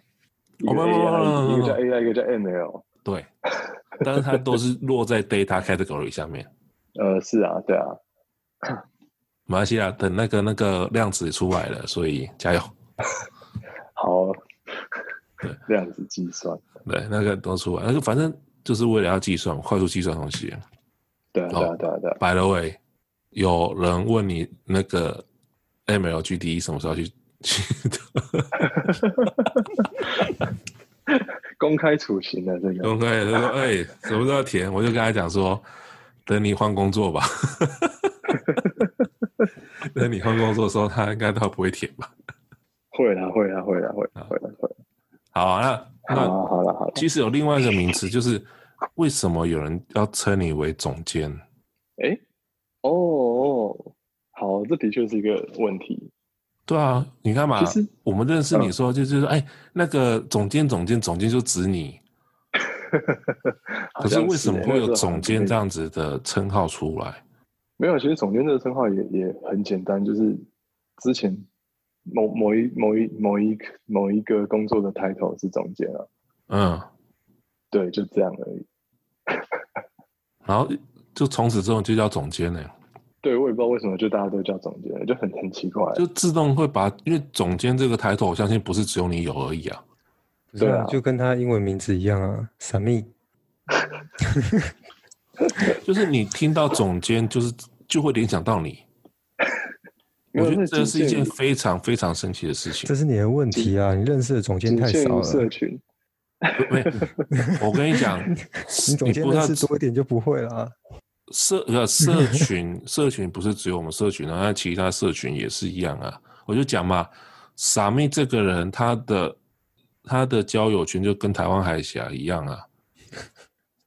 一个
哦不不不
AI，
不不
一个叫 AI，一个叫 ML。
对，但是它都是落在 data category 下面。
呃，是啊，对啊，
马来西亚等那个那个量子出来了，所以加油。
好
对，
量子计算，
对，那个都出来，那个反正就是为了要计算，快速计算东西。
对啊，对啊，对啊，对啊，
By the way，有人问你那个 MLGD 什么时候去去 的？
公开处刑啊的这个，
公开他说：“哎、什么时候要填？”我就跟他讲说：“等你换工作吧。” 等你换工作的时候，他应该都不会填吧？
会啦，会啦，会啦，会啦，会啦，会啦。
好啊，那
好
那
啦，好啦，好啦。
其实有另外一个名词，就是为什么有人要称你为总监？
哎，哦哦，好，这的确是一个问题。
对啊，你看嘛
其实，
我们认识你
嗯
说就就是说哎，那个总监总监总监就指你，
好
可是
像
为什么
欸
会
那时
有
候
总监这样子的称号出来？
没有，其实总监这个称号也也很简单，就是之前某某一某一某一某一个工作的 title 是总监啊，
嗯，
对，就这样而已。
然后就从此之后就叫总监呢、
对，我也不知道为什么，就大家都叫总监，就很很奇怪。
就自动会把，因为总监这个抬头，我相信不是只有你有而已啊。
对啊
那就跟他英文名字一样啊，Sami。
就是你听到总监，就是就会联想到你。
没
我
有
觉得
那
这是一
仅限
件
于
非常非常神奇的事情
这。是你的问题啊！你认识的总监
仅
太
限
少
于
了，
社群，
没，我跟你 讲，
你总监
不知道
认识多一点就不会了啊。
社呃社群社群不是只有我们社群啊，那其他社群也是一样啊。我就讲嘛，傻妹这个人，她的她的交友圈就跟台湾海峡一样啊，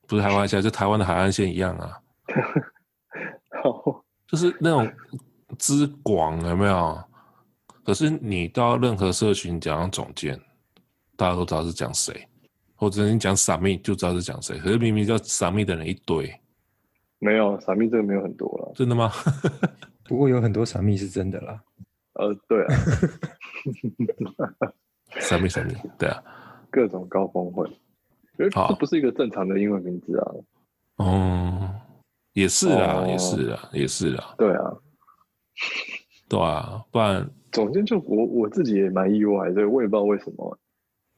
不是台湾海峡，就台湾的海岸线一样啊，
好，
就是那种之广有没有？可是你到任何社群讲到总监，大家都知道是讲谁，或者你讲傻妹就知道是讲谁，可是明明叫傻妹的人一堆，
没有傻咪这个没有很多了。
真的吗？
不过有很多 Sami 是真的啦，
呃，对啊，
傻妹傻妹，对啊。
各种高峰会，因为
好
这不是一个正常的英文名字啊。
哦，也是啦，
哦
也是啦，也是啦，
对啊，
对啊，不然
总监就我我自己也蛮意外的，我也不知道为什么。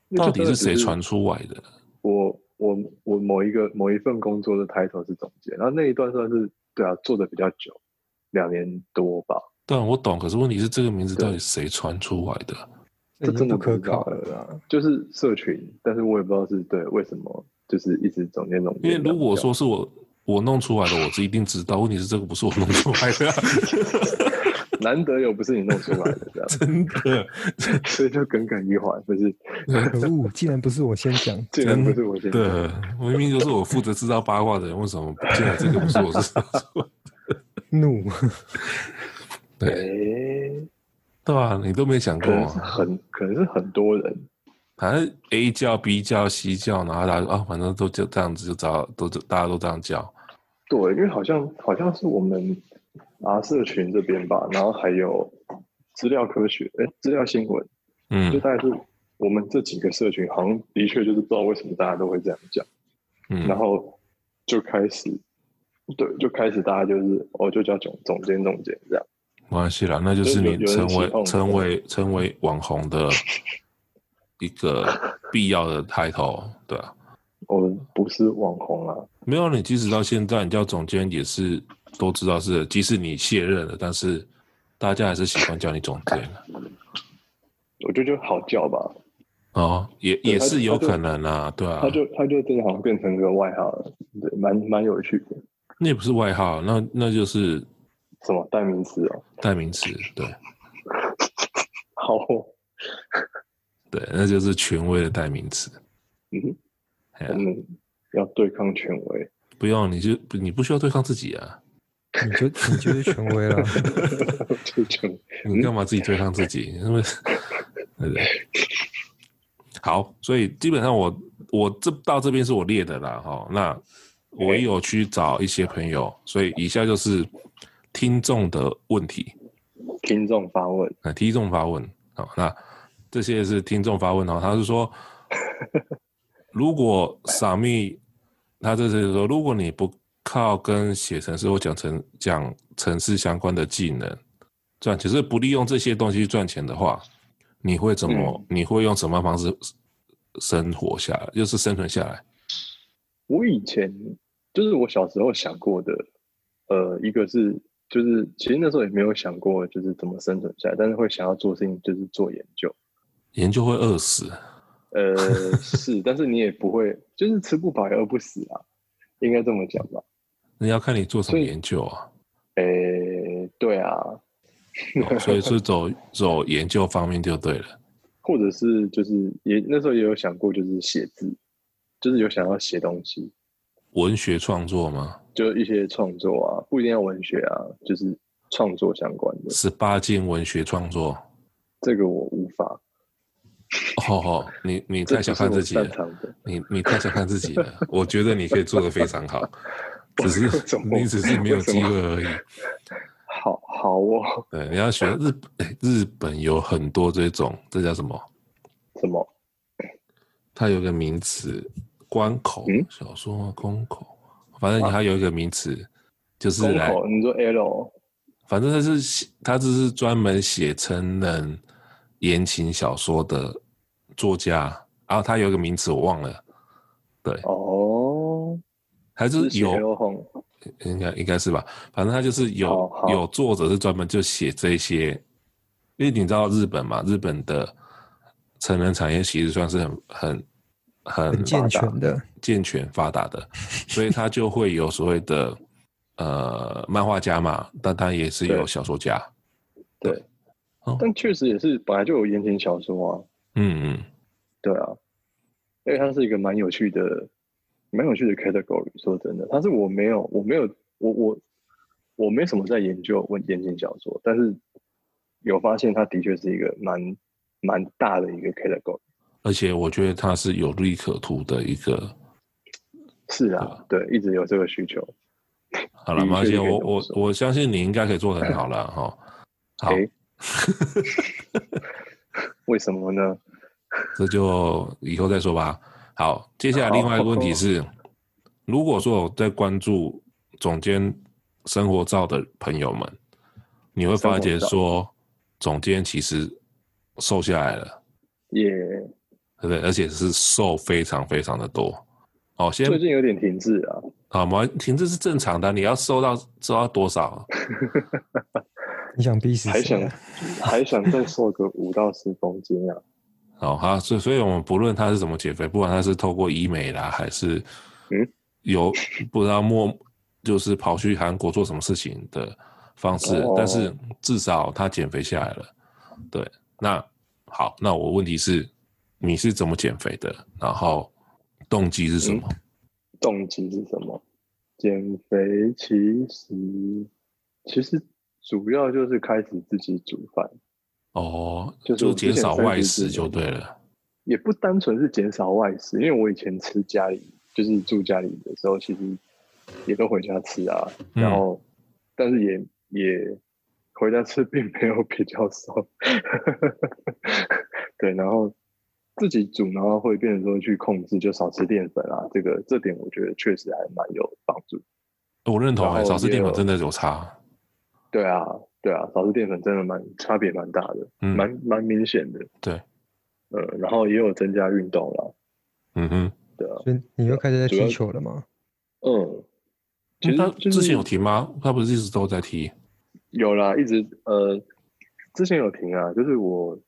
因
到
为就
底
真
是
的
谁
只
传出来的？
我我我某一个某一份工作的 title 是总监，然后那一段算是对啊做的比较久，两年多吧，
当啊然我懂，可是问题是这个名字
对
到底谁传出来的？
这
已
真
经
的
不
不
可
知道
考了啦。
就是社群，但是我也不知道是对为什么，就是一直总监总
因
监。
为如果说是我我弄出来的，我是一定知道。问题是这个不是我弄出来 的啊、
难得有不是你弄出来的这样，
真的，
所以就耿耿于怀，不是
可恶，竟然不是我先讲，
竟然不是我先讲
对，明明就是我负责制造八卦的人，为什么竟然这个不是我是？
怒。
对
诶
对啊，你都没想
可
过、
能是
啊，
很可能是很多人，
反正 A 叫 B 叫 C 叫，然后大家说啊，反正都就这样子，就知道都大家都这样叫。
对，因为好像好像是我们啊社群这边吧，然后还有资料科学，哎，资料新闻。
嗯，
就大概是我们这几个社群，好像的确就是不知道为什么大家都会这样讲，
嗯
然后就开始，对，就开始大家就是哦，就叫总总监总监这样，
没关系啦，那就是
有
你
有人
成
起
为
哄
成为成为网红 的一个必要的 title，对啊，
我们不是网红啊，
没有你，即使到现在你叫总监也是都知道是，即使你卸任了，但是大家还是喜欢叫你总监啊
我觉得就好叫吧，
哦，也
对
也
他就是
有
他就
可能啊，对啊
他，就他就真的好像变成个外号了，对，蛮蛮有趣的，
那也不是外号，那那就是
什么代名词哦，
代名词，对
好哦，
对，那就是权威的代名词。
嗯哼，
哎
我
呀
们要对抗权威，
不用，你就你不需要对抗自己啊，
你就你就是权威 了，
就这样，
你干嘛自己对抗自己？因为对不对？好，所以基本上我我这到这边是我列的啦，哈、那我也有去找一些朋友，所以以下就是听众的问题，
听众发问，
呃，听众发问，好、那这些是听众发问哦，他是 说，如果傻蜜，他这是说，如果你不靠跟写程式或讲程讲程式相关的技能赚钱，就是不利用这些东西赚钱的话，你会怎么？
嗯
你会用什么方式生活下来？就是生存下来？
我以前就是我小时候想过的，呃，一个是就是其实那时候也没有想过就是怎么生存下来，但是会想要做事情就是做研究，
研究会饿死，
呃， 是，但是你也不会就是吃不饱也饿不死啊，应该这么讲吧？
那要看你做什么
所以
研究啊。
诶，对啊，
哦所以是走走研究方面就对了。
或者是就是也那时候也有想过就是写字，就是有想要写东西，
文学创作吗？
就一些创作啊，不一定要文学啊，就是创作相关的，
十八禁文学创 作？
这个我无法，
哦吼，你你
这
太小
不是
看
我
自己
擅
了，
长的。
你你太小看自己了。我觉得你可以做得非常 好，只
为
是
什么
你只是没有机会而已。
好好哦，
对，你要学日哎日本有很多这种，这叫什么？
什么？
它有一个名词，关口、
嗯
小说吗？宫口，啊反正它有一个名词，就是
公
来
口？你说 L
反正他是写他这是专门写成人言情小说的作家，然后他有一个名词我忘了，对，
哦，
他就是
写 L
有
红
应该应该是吧，反正他就是有
好好
有作者是专门就写这些，因为你知道日本嘛，日本的成人产业其实算是很很很
很健全的，
健全发达 的，所以他就会有所谓的呃漫画家嘛，但他也是有
对
小说家，
对
哦，
但确实也是本来就有言情小说啊，
嗯嗯。
对啊，因为它是一个蛮有趣的、蛮有趣的 category。说真的，但是我没有，我没有，我我我没什么在研究文言情小说，但是有发现它的确是一个蛮蛮大的一个 category。
而且我觉得它是有利可图的一个。
是啊，对，一直有这个需求。
好了，
的确
而且
可以
我
这么
我
说
我相信你应该可以做得很好了哈。齁好，
诶为什么呢？
这就以后再说吧。好，接下来
好
另外一个问题是，如果说我在关注总监生活照的朋友们，你会发觉
生活照
说，总监其实瘦下来了，
也、
对不对？而且是瘦非常非常的多。哦，先
最近有点停滞啊。
啊，毛停这是正常的，你要瘦到瘦到多少？
你想逼死
还
谁
想
啊？
还想再瘦个五到十公斤啊？
哦，好，所以所以我们不论他是怎么减肥，不管他是透过医美啦，还是
嗯
有不知道默就是跑去韩国做什么事情的方式，
哦
但是至少他减肥下来了。对，那好，那我问题是你是怎么减肥的？然后动机是什么？
动机是什么？减肥其实其实主要就是开始自己煮饭，
哦，
嗯就是
就
我之
减
前
少
三十
外
四
食就
年
对了。
也不单纯是减少外食，因为我以前吃家里就是住家里的时候，其实也都回家吃啊，
嗯
然后、但是也也回家吃 并没有比较瘦， 对，然后自己煮，然后会变成说去控制，就少吃淀粉啊，这个这点我觉得确实还蛮有帮助。
我认同、
然
欸，
后
少吃
也
淀粉
有
真的有差。
对啊，对啊，少吃淀粉真的蛮差别蛮大的，
嗯
蛮蛮明显的。
对，
呃，然后也有增加运动啦，
嗯哼，
对啊，
所以你又开始在
主要
踢球了吗？
嗯，其实
他
就是
之前有提吗？他不是一直都在提？
有啦，一直呃，之前有停啊，就是我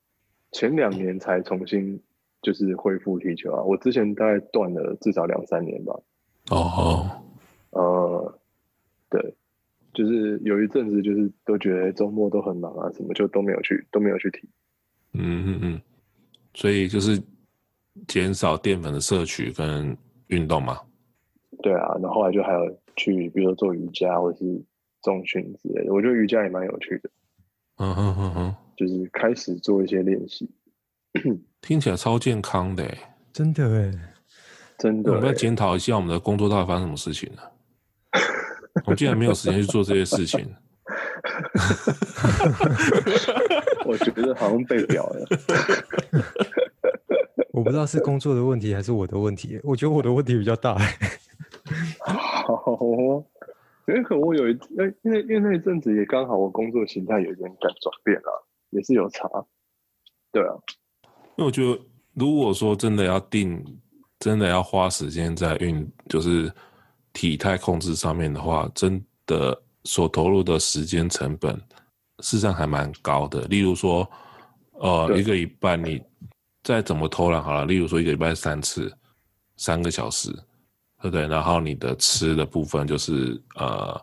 前两年才重新就是恢复踢球啊，我之前大概断了至少两三年吧，
哦哦。
呃，对，就是有一阵子就是都觉得周末都很忙啊，什么就都没有去都没有去踢，
嗯嗯嗯，所以就是减少淀粉的摄取跟运动嘛。
对啊，然后后来就还有去，比如说做瑜伽或者是重训之类的。我觉得瑜伽也蛮有趣的，
嗯哼哼哼，
就是开始做一些练习。
听起来超健康的欸。
真的哎，
真
我
的
们要
欸，
检讨一下我们的工作到底发生什么事情了、我们竟然没有时间去做这些事情，
我觉得好像被表了。
我不知道是工作的问题还是我的问题，我觉得我的问题比较大。
好哦， 因为可能我有一，因为因为因为那一阵子也刚好我工作形态有一点改转变了、也是有差。对啊，
因为我觉得如果说真的要定，真的要花时间在运，就是体态控制上面的话，真的所投入的时间成本，事实上还蛮高的。例如说，呃，
对
一个礼拜你再怎么偷懒好了，例如说一个礼拜三次，三个小时，对不对？然后你的吃的部分就是呃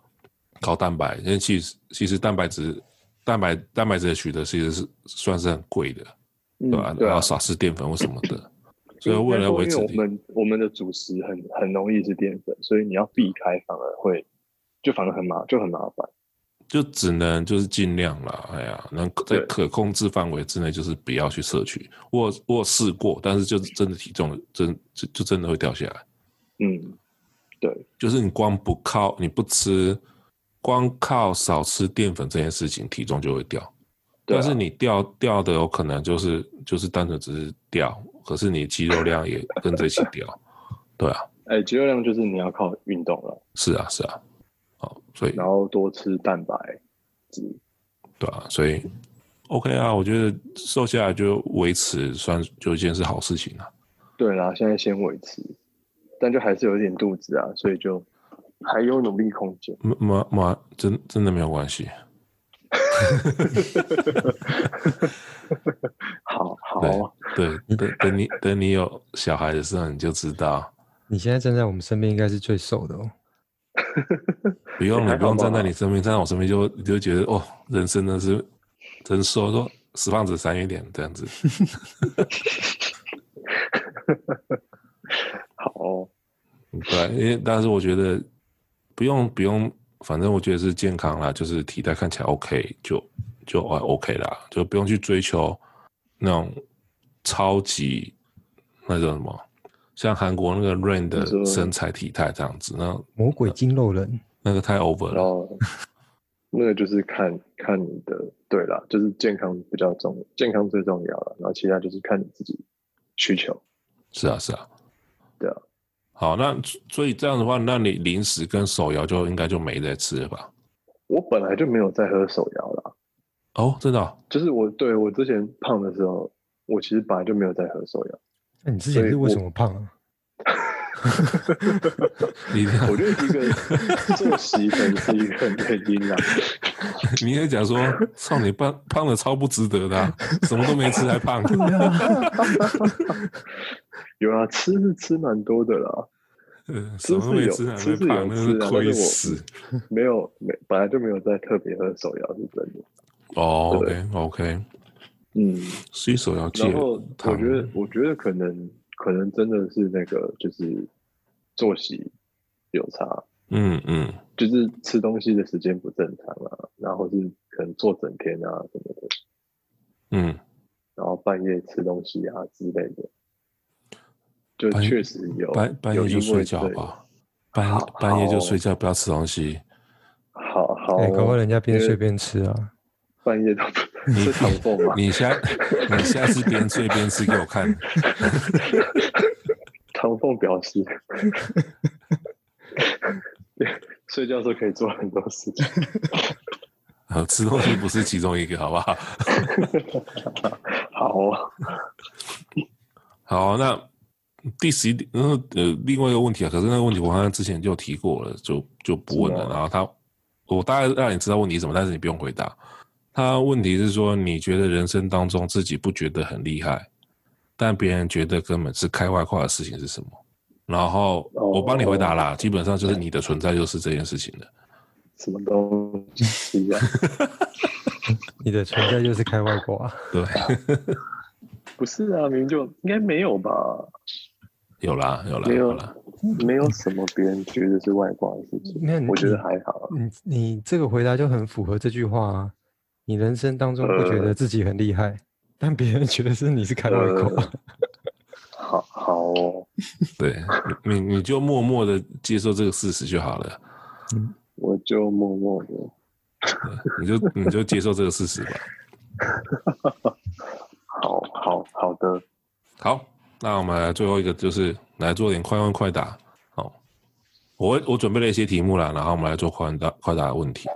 高蛋白，因为其实其实蛋白质蛋白蛋白质的取得其实是算是很贵的，
嗯，
对吧、啊然后少吃淀粉或什么 的，所以为了维持
因为我
体
们我们的主食很很容易是淀粉，所以你要避开反而会就反而很麻就很麻烦。
就只能就是尽量啦，哎呀，能在
对
可控制范围之内，就是不要去摄取。我有我有试过，但是就是真的体重真就就真的会掉下来。
嗯，对，
就是你光不靠你不吃，光靠少吃淀粉这件事情，体重就会掉。
对啊
但是你掉掉的有可能就是就是单纯只是掉，可是你肌肉量也跟着一起掉。 对啊，
哎，肌肉量就是你要靠运动了，
是啊，是啊。好，所以
然后多吃蛋白质。
对啊，所以 OK 啊，我觉得瘦下来就维持算就一件是好事情啊。
对啦，现在先维持，但就还是有点肚子啊，所以就还有努力空间。
没没没，真真的没有关系。
好好
对
啊，
对，等等你等你有小孩的时候你就知道，
你现在站在我们身边，应该是最瘦的哦。
不用
还
你
好
不用站
吧
在你身边，站在我身边就你就觉得哦，人生真的是真瘦，说死胖子闪远点这样子。
好哦，
对，因为但是我觉得不用不用，反正我觉得是健康啦，就是体态看起来 OK 就就哦 OK 啦，就不用去追求那种超级那叫什么，像韩国那个 Rain
你说
的身材体态这样子，那
魔鬼筋肉人，
那个太 over
然
了。
后那个就是看看你的，对啦，就是健康比较重，健康最重要了，然后其他就是看你自己需求。
是啊是啊，
对啊。
好，那所以这样的话，那你零食跟手摇就应该就没得吃了吧？
我本来就没有在喝手摇啦，
哦，真的哦、
就是我对我之前胖的时候，我其实本来就没有在喝手摇。
那哎你之前
所以
是为什
我
么胖啊？
你 一定要
我觉得一个作息可能是一个原因啦。
你也讲 说，操你胖胖的超不值得的啊、什么都没吃还 胖。
有啊，吃是吃蛮多的啦，
嗯，什么都没吃还
吃
没
是有
胖，那
吃啊
亏
但是我
死。
没有没本来就没有在特别喝手摇，是真的。
哦
对
，OK OK，
嗯，
洗手要戒
然后我
糖
觉得，我觉得可能可能真的是那个就是作息有差，
嗯嗯，
就是吃东西的时间不正常啊，然后是可能坐整天啊什么的，
嗯，
然后半夜吃东西啊之类的，就
半夜
确实有
半半
哦有
夜就
因为
睡觉
这
吧，半
好
半夜
好
就睡觉，不要吃东西。
好好、
哎、搞不好
哦，
人家边
因为
睡边吃啊。
半夜都不是唐凤吗？
你下 你下次边睡边吃给我看，
唐凤表示， 睡觉的时候可以做很多事情。
呃，吃东西不是其中一个，好不好？
好哦，
好，那第十一，然后呃，另外一个问题啊，可是那个问题我好像之前就提过了，就就不问
是
了。
吗
然后他，我大概让你知道问题是什么，但是你不用回答。他问题是说，你觉得人生当中自己不觉得很厉害，但别人觉得根本是开外挂的事情是什么？然后
哦
我帮你回答啦，基本上就是你的存在就是这件事情了。
什么东西啊呀、
你的存在就是开外挂、啊
对，
不是啊，明明就应该没有吧？
有啦，有啦，
没有
有啦。
没有什么别人觉得是外挂的事情，
没有，
我觉得
你
还好。 啊
你你这个回答就很符合这句话啊！你人生当中不觉
呃
得自己很厉害，但别人觉得是你是开外挂。
好好好哦，
对你，你就默默的接受这个事实就好了，
我就默默的，
你就你就接受这个事实吧。
好好好的，
好，那我们来最后一个就是来做点快问快答。好，我我准备了一些题目啦，然后我们来做快问答快答的问题。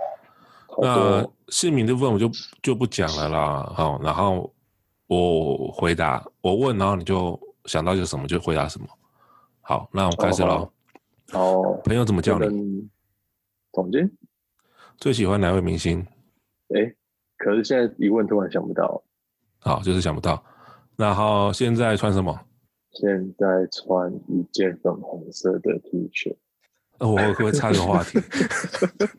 好
那
的，
姓名的部分我就就不讲了啦。好，然后我回答，我问，然后你就想到些什么就回答什么。好，那我开始
好
喽。
好好，
朋友怎么叫你？
你总监，
最喜欢哪位明星？
哎，可是现在一问突然想不到，
好，就是想不到。然后现在穿什么？
现在穿一件粉红色的 T 恤，
呃我会不会插个话 题？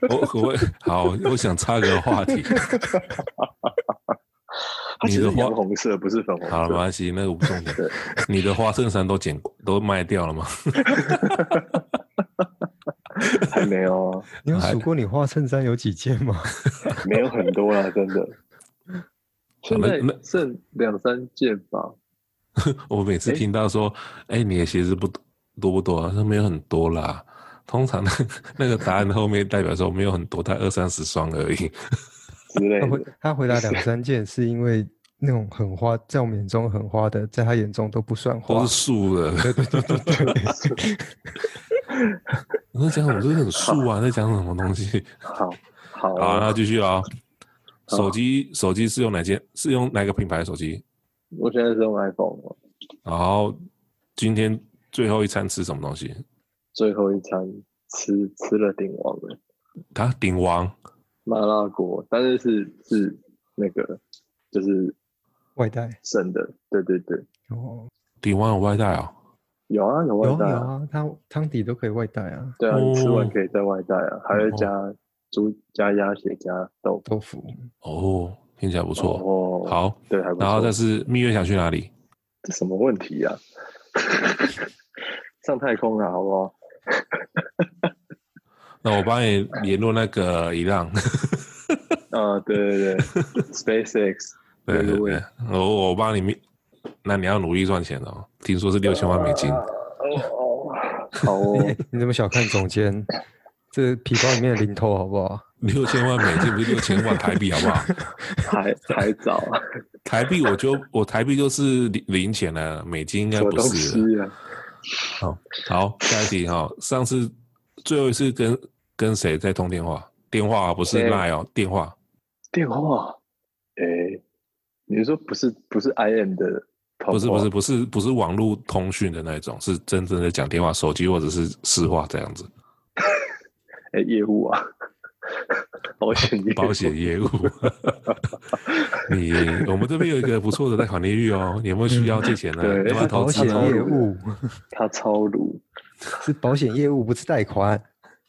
我我会好，我想插个话题。
它
你
其实
的
是
话
洋红色，不是粉红
好了，没
色。
关系，那个不重点
哦对。
你的花衬衫都剪都卖掉了吗？
还没有啊，
你有
还
数过你花衬衫有几件吗？
没有很多啦，真的。现
那
在
那
剩两三件吧，
我每次
诶
听到说，哎、你的鞋子不多多不多、啊？说没有很多啦。通常 那那个答案后面代表说没有很多，才二三十双而已。
之类
他回
的。
他回答两三件，是因为那种很花，在我们眼中很花的，在他眼中都不算
都
花
是。素的。
是
我在讲我真的很素啊，在讲什么东西？
好，好
好，
啊，
那继续啊。手机手机是用哪件？是用哪个品牌的手机？
我现在是用 iPhone，哦
然后今天最后一餐吃什么东西？
最后一餐吃吃了鼎王了，
啊，鼎王
麻辣锅，但是是是那个就是
外带
剩的，对对对，
哦，
鼎王有外带哦。
有啊有外
有
带
啊有啊，他汤底都可以外带啊，
对啊，你吃完
哦
可以在外带啊，还会加猪加鸭血加豆腐，
豆腐。
哦，听起来不错。
哦，，
好，
对，还不错。
然后再是蜜月想去哪里？
这什么问题呀、 上太空了，好不好？
那我帮你联络那个一 浪。
啊、对对对，SpaceX，
对对
对
对，哦我我帮你密，那你要努力赚钱哦。听说是六千万美金，
啊哦哦，好哦
哎，你怎么小看总监？ 这皮包里面的零头好不好？
六千万美金不是六千万台币，好不好？
还还早啊，
台币我就我台币就是零零钱了，美金 应该
什么
不
东
是
西
了。
啊？
好，下一题哈、上次最后一次跟跟谁在通电话？电话啊不是
谁
line 哦，电话。
电话？哎、你是说不是不是 IM 的通话？
不是不是不是不是网络通讯的那种，是真正的讲电话，手机或者是市话这样子，
哎、业务啊， 保险业务
保险业务。 你我们这边有一个不错的贷款利率哦，你有没有需要借钱呢？
对
要不要
是
投
嗯保
资
险
呢？
业务
他超撸，
是保险业务，不是贷款。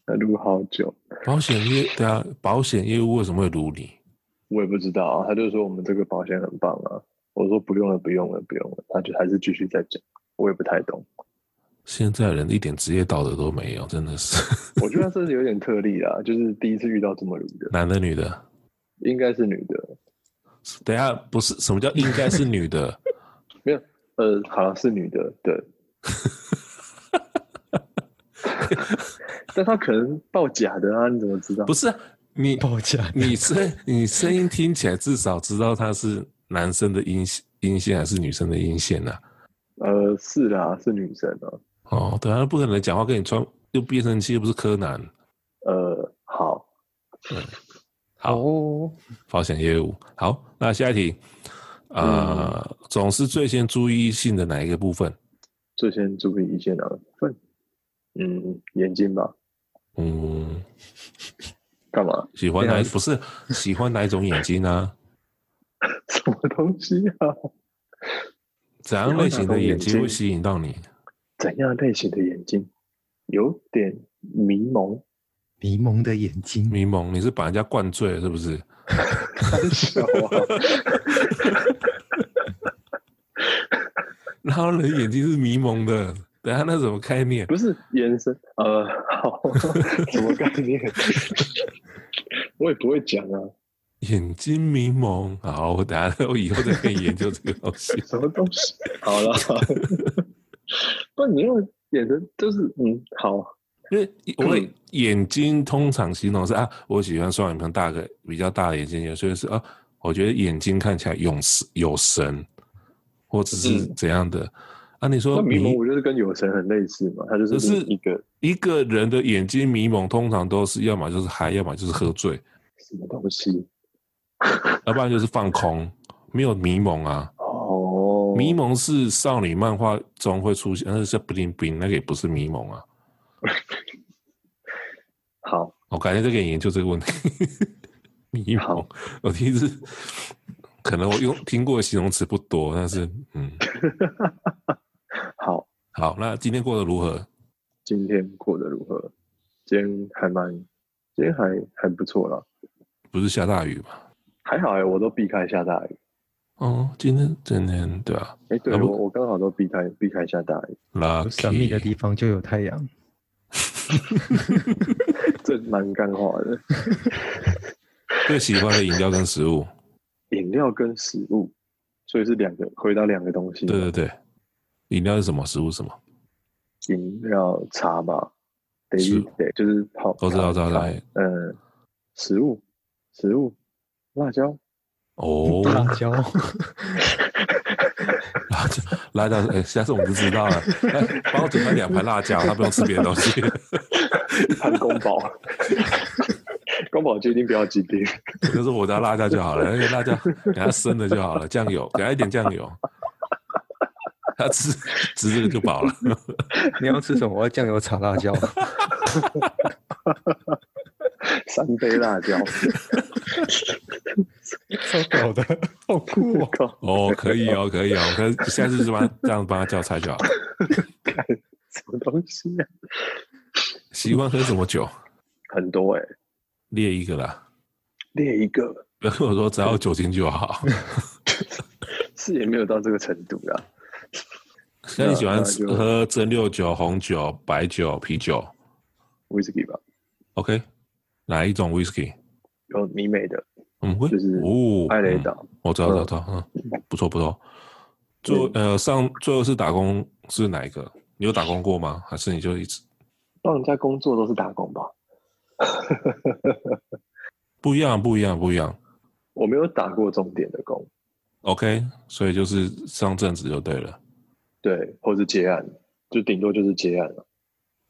他撸好久，
保险业对啊，保险业务为什么会如你？
我也不知道啊。他就说我们这个保险很棒啊，我说不用了，不用了，不用了，他就还是继续在讲，我也不太懂。
现在人一点职业道德都没有，真的是
我觉得这是有点特例啊，就是第一次遇到这么撸的，
男的女的。
应该是女的，
等一下不是什么叫应该是女的？
没有，呃，好像是女的，对。 但她可能报假的啊，你怎么知道？
不是啊你
报价
你声你声音听起来至少知道他是男生的音音线还是女生的啊音线呐、
呃，是啦，是女生啊。
哦，对啊，不可能讲话跟你穿又变声器，又不是柯南。
呃，好，
好，
哦，
保险业务。好，那下一题，呃，总是最先注意性的哪一个部分？
最先注意一些哪份？嗯，眼睛吧。
嗯，
干嘛？
喜欢哪
对啊
不是喜欢哪一种眼睛啊？
什么东西啊？
怎样类型的眼睛会吸引到你？
怎样类型的眼睛？有点迷蒙，
迷蒙的眼睛，
迷蒙，你是把人家灌醉了是不是？
很小啊。
然后人眼睛是迷蒙的，等下那什么概念？
不是延伸，呃，好， 什么概念？ 我也不会讲啊，
眼睛迷蒙， 好，我等下我以后再跟你研究这个东西。
什么东西？好了，不，你用眼神就是嗯，好，
因为我的
嗯
眼睛通常形容是啊，我喜欢双眼皮大个比较大的眼睛，有些是啊，我觉得眼睛看起来有神有神，或者是
嗯
怎样的、啊？你说
那迷蒙
迷
我就是跟有神很类似嘛，他就
可是
是一个
一个人的眼睛迷蒙，通常都是要么就是嗨，要么就是喝醉，啊
什么东西
要不然就是放空，没有迷蒙啊。
哦，
迷蒙是少女漫画中会出现，那是 bling bling，那个也不是迷蒙啊。
好，
我感觉这个研究这个问题， 迷蒙
好。
我第一次，可能我用听过的形容词不多，但是嗯，
好，
好，那今天过得如何？
今天过得如何？今天还蛮，今天还还不错啦，
不是下大雨吗？
还好哎、我都避开下大雨。
哦，今天今天对啊
哎、对
啊不
我我刚好都避开避开下大雨，
有神秘的
，lucky，
地方就有太阳。
这蛮干话的。
最喜欢的饮料跟食物，
饮料跟食物，所以是两个，回到两个东西。
对对对，饮料是什么？食物是什么？
饮料茶吧
是
，daily day 就是泡。
我知道，知道，知道
茶。嗯，食物，食物，辣椒，
哦，
辣椒，
辣椒，辣椒，哎、下次我们就知道了。哎帮我准备两盘辣椒，他不用吃别的东西。
看宫保。宫保鸡丁不要鸡丁，
就是我家辣椒就好了，那个辣椒给他生的就好了，酱油给他一点酱油， 他吃吃这个就饱了。
你要吃什么？我要酱油炒 辣椒。
三杯辣椒，
超屌 的，好酷哦！
靠，
哦，可以哦，可以哦，可是下次就帮他这样帮他叫菜就好了。
什么东西啊？
喜欢喝什么酒？
很多哎、
列一个啦，
列一个
不要跟我说只要有酒精就 好。
是也没有到这个程度啦。
那你喜欢
那就
喝蒸馏酒、红酒、白酒、啤酒
whisky 吧，
？OK，哪一种 whisky？
有尼美的
嗯，会
就是
哦，
艾雷
嗯
岛，
我知道，知道，知道，嗯，不错，不错。做呃上最后是打工是哪一个？你有打工过吗？还是你就一直
帮人家工作都是打工吧。
不一样？不一样，不一样。
我没有打过钟点的工，
OK，所以就是上阵子就对了。
对，或是接案，就顶多就是接案了。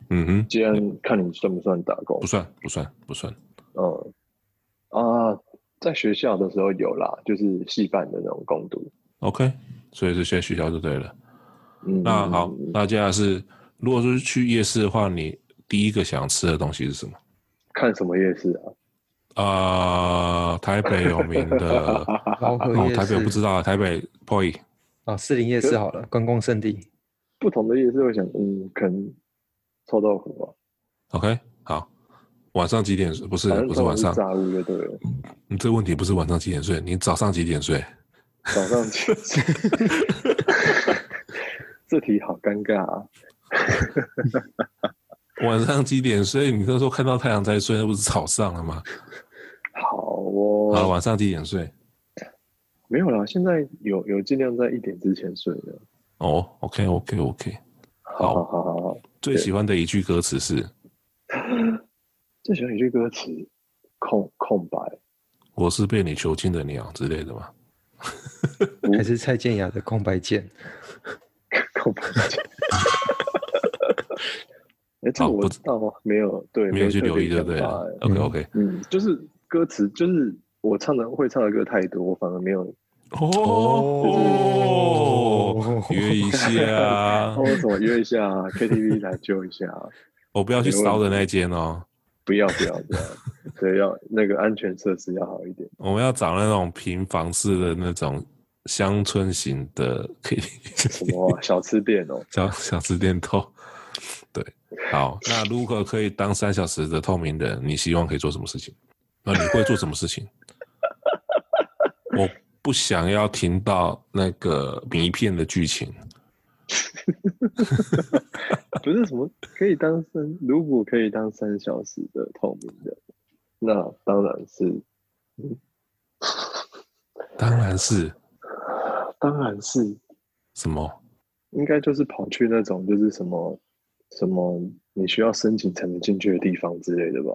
嗯哼，
接案看你算不算打工
不。算，不算，不算。
嗯，啊，在学校的时候有啦，就是戏班的那种工读。
OK，所以是先取消就对了。
嗯，
那啊好
嗯，嗯嗯
那接下来是，如果是去夜市的话，你第一个想吃的东西是什么？
看什么夜市啊？
啊、台北有名的
哈哈哈
老河
哦，
夜
台北
市
不知道，台北 Poi
啊，士林夜市好了，观光圣地。
不同的夜市会想，嗯，可能臭豆腐吧，
OK，好，晚上几点睡？不是，
反正
不是
臭豆
晚
腐
上。
炸物就对了。
你这个问题不是晚上几点睡，你早上几点睡？
早上起， 这题好尴尬啊！
晚上几点睡？你那时候看到太阳才睡，那不是早上了吗？
好
好了，
哦，
晚上几点睡？
没有啦，现在有有尽量在一点之前睡的。
哦，OK，OK，OK。
好好
好，
好好好，
最喜欢的一句歌词是
最喜欢一句歌词，空空白，
“我是被你囚禁的鸟”之类的嘛？
嗯
还是蔡健雅的《空白键》
空白。 哎，这
好
个
哦
我
不
知道吗？没有，对，
没有去
特别
留意，对不
想
对
法哎
？OK，OK。
嗯，就是歌词，就是我唱的会唱的歌太多，我反而没有
哦，约一下
哦，，什么约一下啊 KTV 来揪一下啊，
我不要去烧的那间哦，
不要不要不要，对，要那个安全设施要好 一点。
我们要找那种平房式的那种乡村型的 KTV。
什么啊、小吃店哦？
小 小吃店透。对，好，那如何可以当三小时的透明人？你希望可以做什么事情？那你会做什么事情？我不想要听到那个迷片的剧情。
不是什么可以当三，如果可以当三小时的透明的，那当然是
当然是
当然是
什么？
应该就是跑去那种就是什么什么你需要申请才能进去的地方之类的 吧。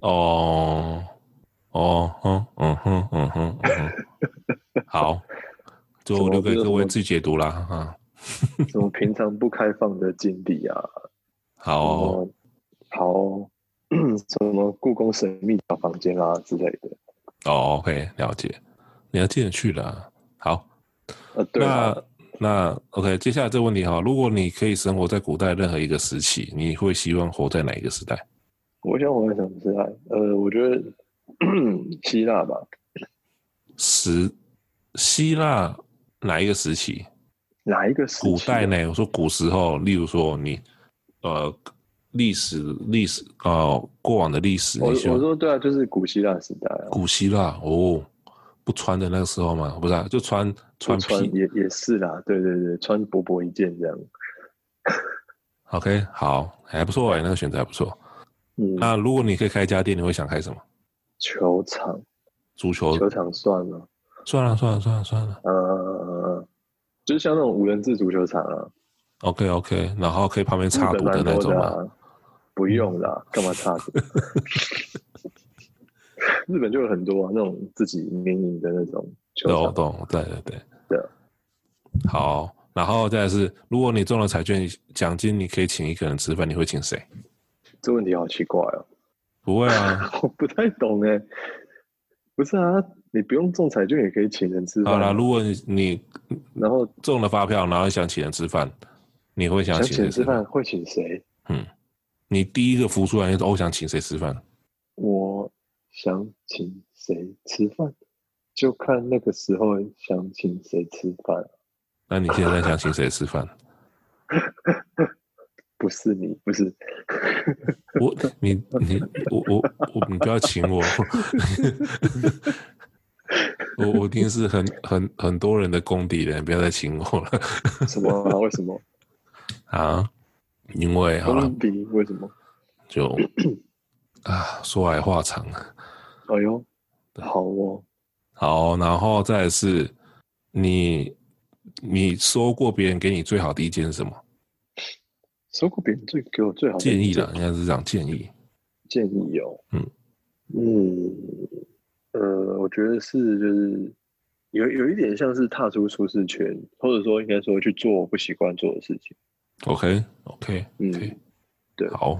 哦，哦，嗯嗯哼嗯哼嗯哼，好，最后留给各位自己解读啦啊。
什么平常不开放的经理啊，
好哦，
好哦 什么故宫神秘小房间啊之类的。
哦，OK，了解，你要记得去了啊。好，
呃，对啊，
那那 OK，接下来这个问题哈，如果你可以生活在古代任何一个时期，你会希望活在哪一个时代？
我想我在想是啊，呃，我觉得 希腊吧，
时希腊哪一个时期？
哪一个时
古
期
代
啊？
呢？我说古时候，例如说你呃历史历史呃过往的历史，
我
你
我
希望
说对啊，就是古希腊时代啊，
古希腊哦，不穿的那个时候嘛，不是、啊、就穿穿
不穿
皮
也也是啦，对对对，穿薄薄一件这样。
OK，好，还不错哎、那个选择还不错。
嗯，
那如果你可以开一家店，你会想开什么？
球场，
足球？
球场算了，
算了算了算了算了。
呃，就是像那种无人制足球场啊，
OK OK，然后可以旁边
日
插
本
图的
蛮
那
多
种
的
嘛。
啊，不用啦，干嘛插足？ 日本就有很多啊，那种自己民营的那种球
懂
场，
懂，对对对。
对
好，然后再来是，如果你中了彩券奖金，你可以请一个人吃饭，你会请谁？
这问题好奇怪哦，
不会啊，
我不太懂哎、不是啊，你不用中彩券也可以请人吃
好
饭
啦，
啊，
如果你你
然后
中了发票，然后想请人吃饭，你会想
想
请
请
谁
人吃
吃
饭
饭？
会请谁？
你第一个浮出来就是哦，我想请谁吃饭？
我想请谁吃饭，就看那个时候想请谁吃饭，
那你现在想请谁吃饭？
不是你，不是，
我你你我我我，你不要请我，我我一定是很很很多人的功底的，你不要再请我了
什么啊、为什么？
啊！因为好了
封，闭？为什么？
就啊，说来话长啊。
哎呦，好哦，
好，然后再来是你你收过别人给你最好的意见是什么？
收过别人最给我最好的
建议啦，应该是这样建议。
建议哦，
嗯
嗯呃，我觉得是就是有有一点像是踏出舒适圈，或者说应该说去做我不习惯做的事情。
OK OK
嗯
OK，、
对
好，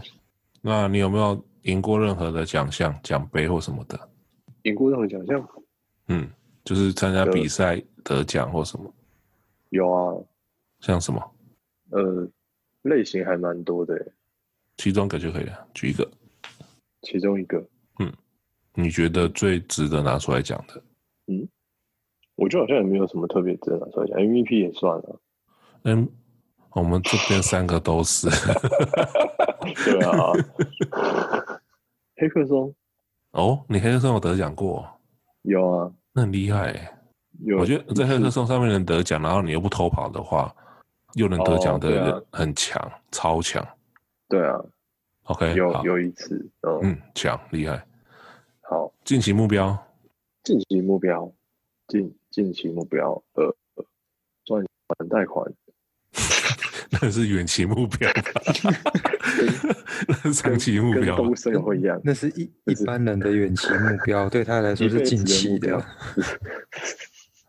那你有没有赢过任何的奖项、奖杯或什么的？
赢过任何奖项
嗯，就是参加
有
比赛得奖或什么，
有啊，
像什么，
呃，类型还蛮多的耶，
其中一个就可以了。举一个，
其中一个
你觉得最值得拿出来讲的？
我觉得好像也没有什么特别值得拿出来讲，MVP 也算了，
嗯，我们这边三个都是。
对啊， 黑客松
哦，你黑客松有得奖过，
有啊，
那很厉害欸。
有，
我觉得在黑客松上面能得奖，然后你又不偷跑的话，又能得奖的
哦对啊
人很强，超强。
对啊，
OK，
有
好
有一次，嗯，
嗯，强厉害。
好，
近期目标
近期目标，近近期目标，呃，赚还贷款，
那是远期目标 吧， 那是长期目
跟
标吧
动。物森友会一样，
那是一一
是
般人的远期目标，对他来说
一辈
是近
子的
期
目标
的。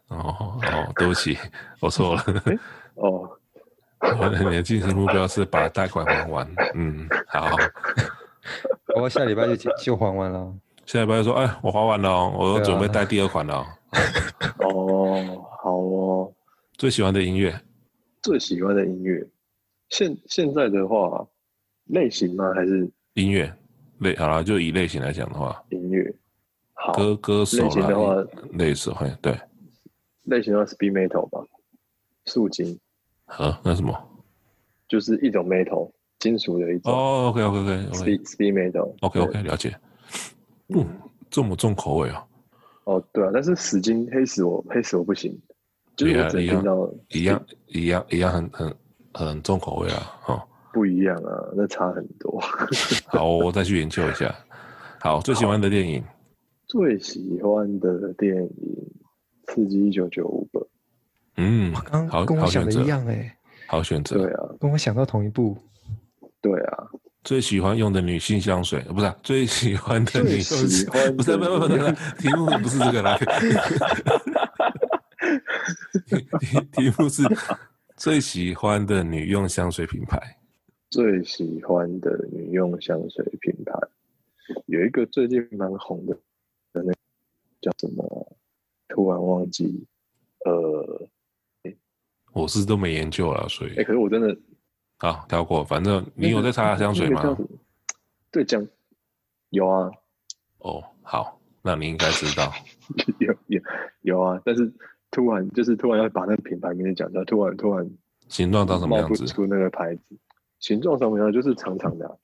哦哦，对不起， 我错了。
哦，
我你的近期目标是把贷款还完。嗯，好。
我下礼拜就结就还完了。
下礼拜就说，哎，我还完了哦、我
对啊
准备贷第二款了哦、
哦，好哦，
最喜欢的音乐，
最喜欢的音乐，现现在的话，类型吗？还是
音乐类好了，就以类型来讲的话，
音乐？好，
歌歌手
哦类型的话
啦，类似会对，
类型的话 speed metal 吧，素金
和那什么？
就是一种 metal 金属的一种、
哦，OK OK OK OK
speed speed metal。
OK OK，了解。嗯，这么重口味哦，
哦，对啊，但是死金黑死我黑死我不行，就是我只能
一样
听到
一样一样一样很很很重口味啊，哦。
不一样啊，那差很多。
好，我再去研究一下。好，最喜欢的电影，
最喜欢的电影《刺激一九九五》吧，
嗯，
刚
好
跟我
好
想
选
的
择
一，样哎、
好选择。
对啊，
跟我想到同一部，
对啊，
最喜欢用的女性香水，呃不是 啊、最喜欢的女性
最喜欢的，
不是，不是，不是，不是题目不是这个啦。 题题目是最喜欢的女用香水品牌，
最喜欢的女用香水品牌，有一个最近蛮红的，的那叫什么？突然忘记，呃，
我是都没研究了，所以
哎、可是我真的
好跳过。反正你
那
有
个
在擦香水
那个叫
吗
什？么对，讲有啊，
哦，好，那你应该知道。
有有有啊，但是突然就是突然要把那个品牌名字讲出来，突然突然
形状长什么
冒
样
不
子？
出那个牌子，形状什么样就是长长的啊、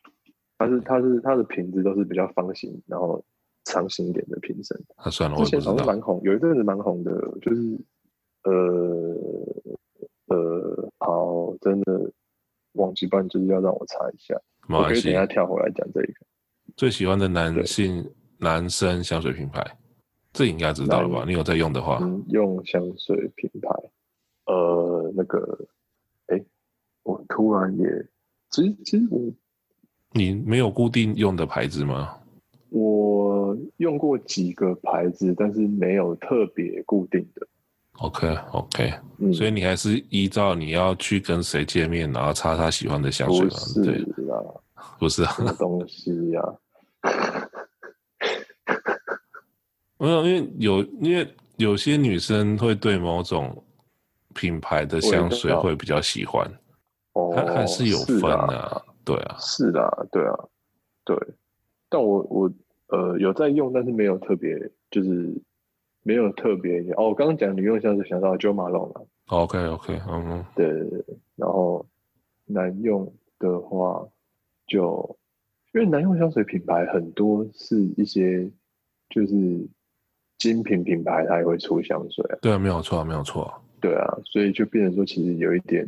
它是它是它的瓶子都是比较方形，然后长形一点的瓶身。
那、算了，我
之
也不
前
知
好像
道。
蛮红，有一阵子蛮红的，就是呃呃，好，真的忘记，不然就是要让我查一下，
没
我
关
可以等
系
一。下跳回来讲这个。
最喜欢的男
对
性男生香水品牌，这应该知道了吧？
男
你有在用的话，
嗯，用香水品牌，呃，那个，哎，我突然也，其实其实我
你没有固定用的牌子吗？
我用过几个牌子，但是没有特别固定的。
OK OK，、
嗯，
所以你还是依照你要去跟谁见面，然后擦他喜欢的香水
不
嘛？
是
对，
啦，
不是啊，
什么东西啊 呀、
没有，因为有因为有些女生会对某种品牌的香水会比较喜欢，
哦，
它还是有分
啦
啊，对啊，
是啦，对啊，对。但我我呃有在用，但是没有特别，就是没有特别。哦，我刚刚讲女用香水想到 Jo Malone 啊嘛，
OK OK，嗯，
对对对。然后男用的话就，因为男用香水品牌很多是一些就是精品品牌，它也会出香水啊，
对啊，没有错，没有错，
对啊，所以就变成说其实有一点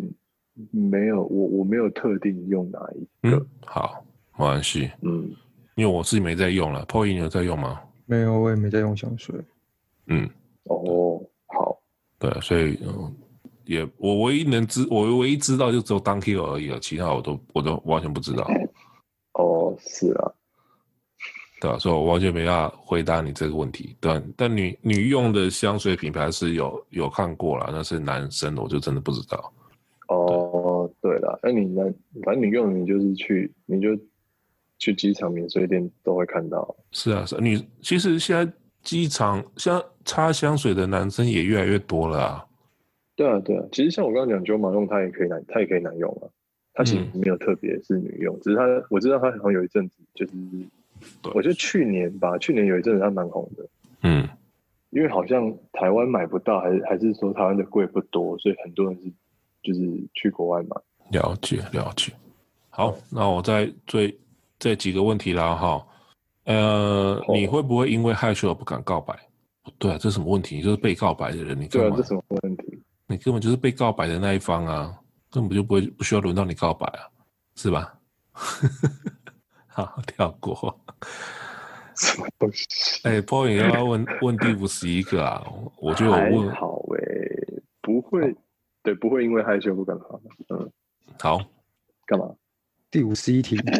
没有我我没有特定用哪一个
嗯，，好，没关系，
嗯
因为我自己没在用了 p o y 你有在用吗？
没有，我也没在用香水。
嗯，
哦，好。
对，所以、嗯、也我唯一能知，我唯一知道就只有 Donkey 而已了，啊其他我都我都完全不知道，
哦，是啊，
对吧、啊所以我完全没办法回答你这个问题。对，但女女用的香水品牌是有有看过了，但是男生我就真的不知道。
哦，对了，那你那反正你用你就是去，你就去机场免税店都会看到。
是啊，是啊女其实现在机场像擦香水的男生也越来越多了啊。
对啊，对啊，其实像我刚刚讲，九马用它也可以男，它也可以男用啊，它其实
嗯
没有特别是女用，只是它我知道它好像有一阵子就是，
对
我觉得去年吧，去年有一阵子它蛮红的，
嗯，
因为好像台湾买不到，还是还是说台湾的柜不多，所以很多人是就是去国外买。
了解了解。好，那我再最这几个问题啦哈。呃，
哦
你会不会因为害羞而不敢告白？不对啊，这什么问题？你就是被告白的人，你
对
干
啊
嘛，
这？什么问题？
你根本就是被告白的那一方啊，根本就不会不需要轮到你告白啊，是吧？ 好，跳过。
什么东西？
哎、p a u l 你要不要问问第五十一个啊？我就有
还
问，
好诶、不会，对，不会因为害羞不敢发吗？嗯，
好，
干嘛？
第五十一题，
对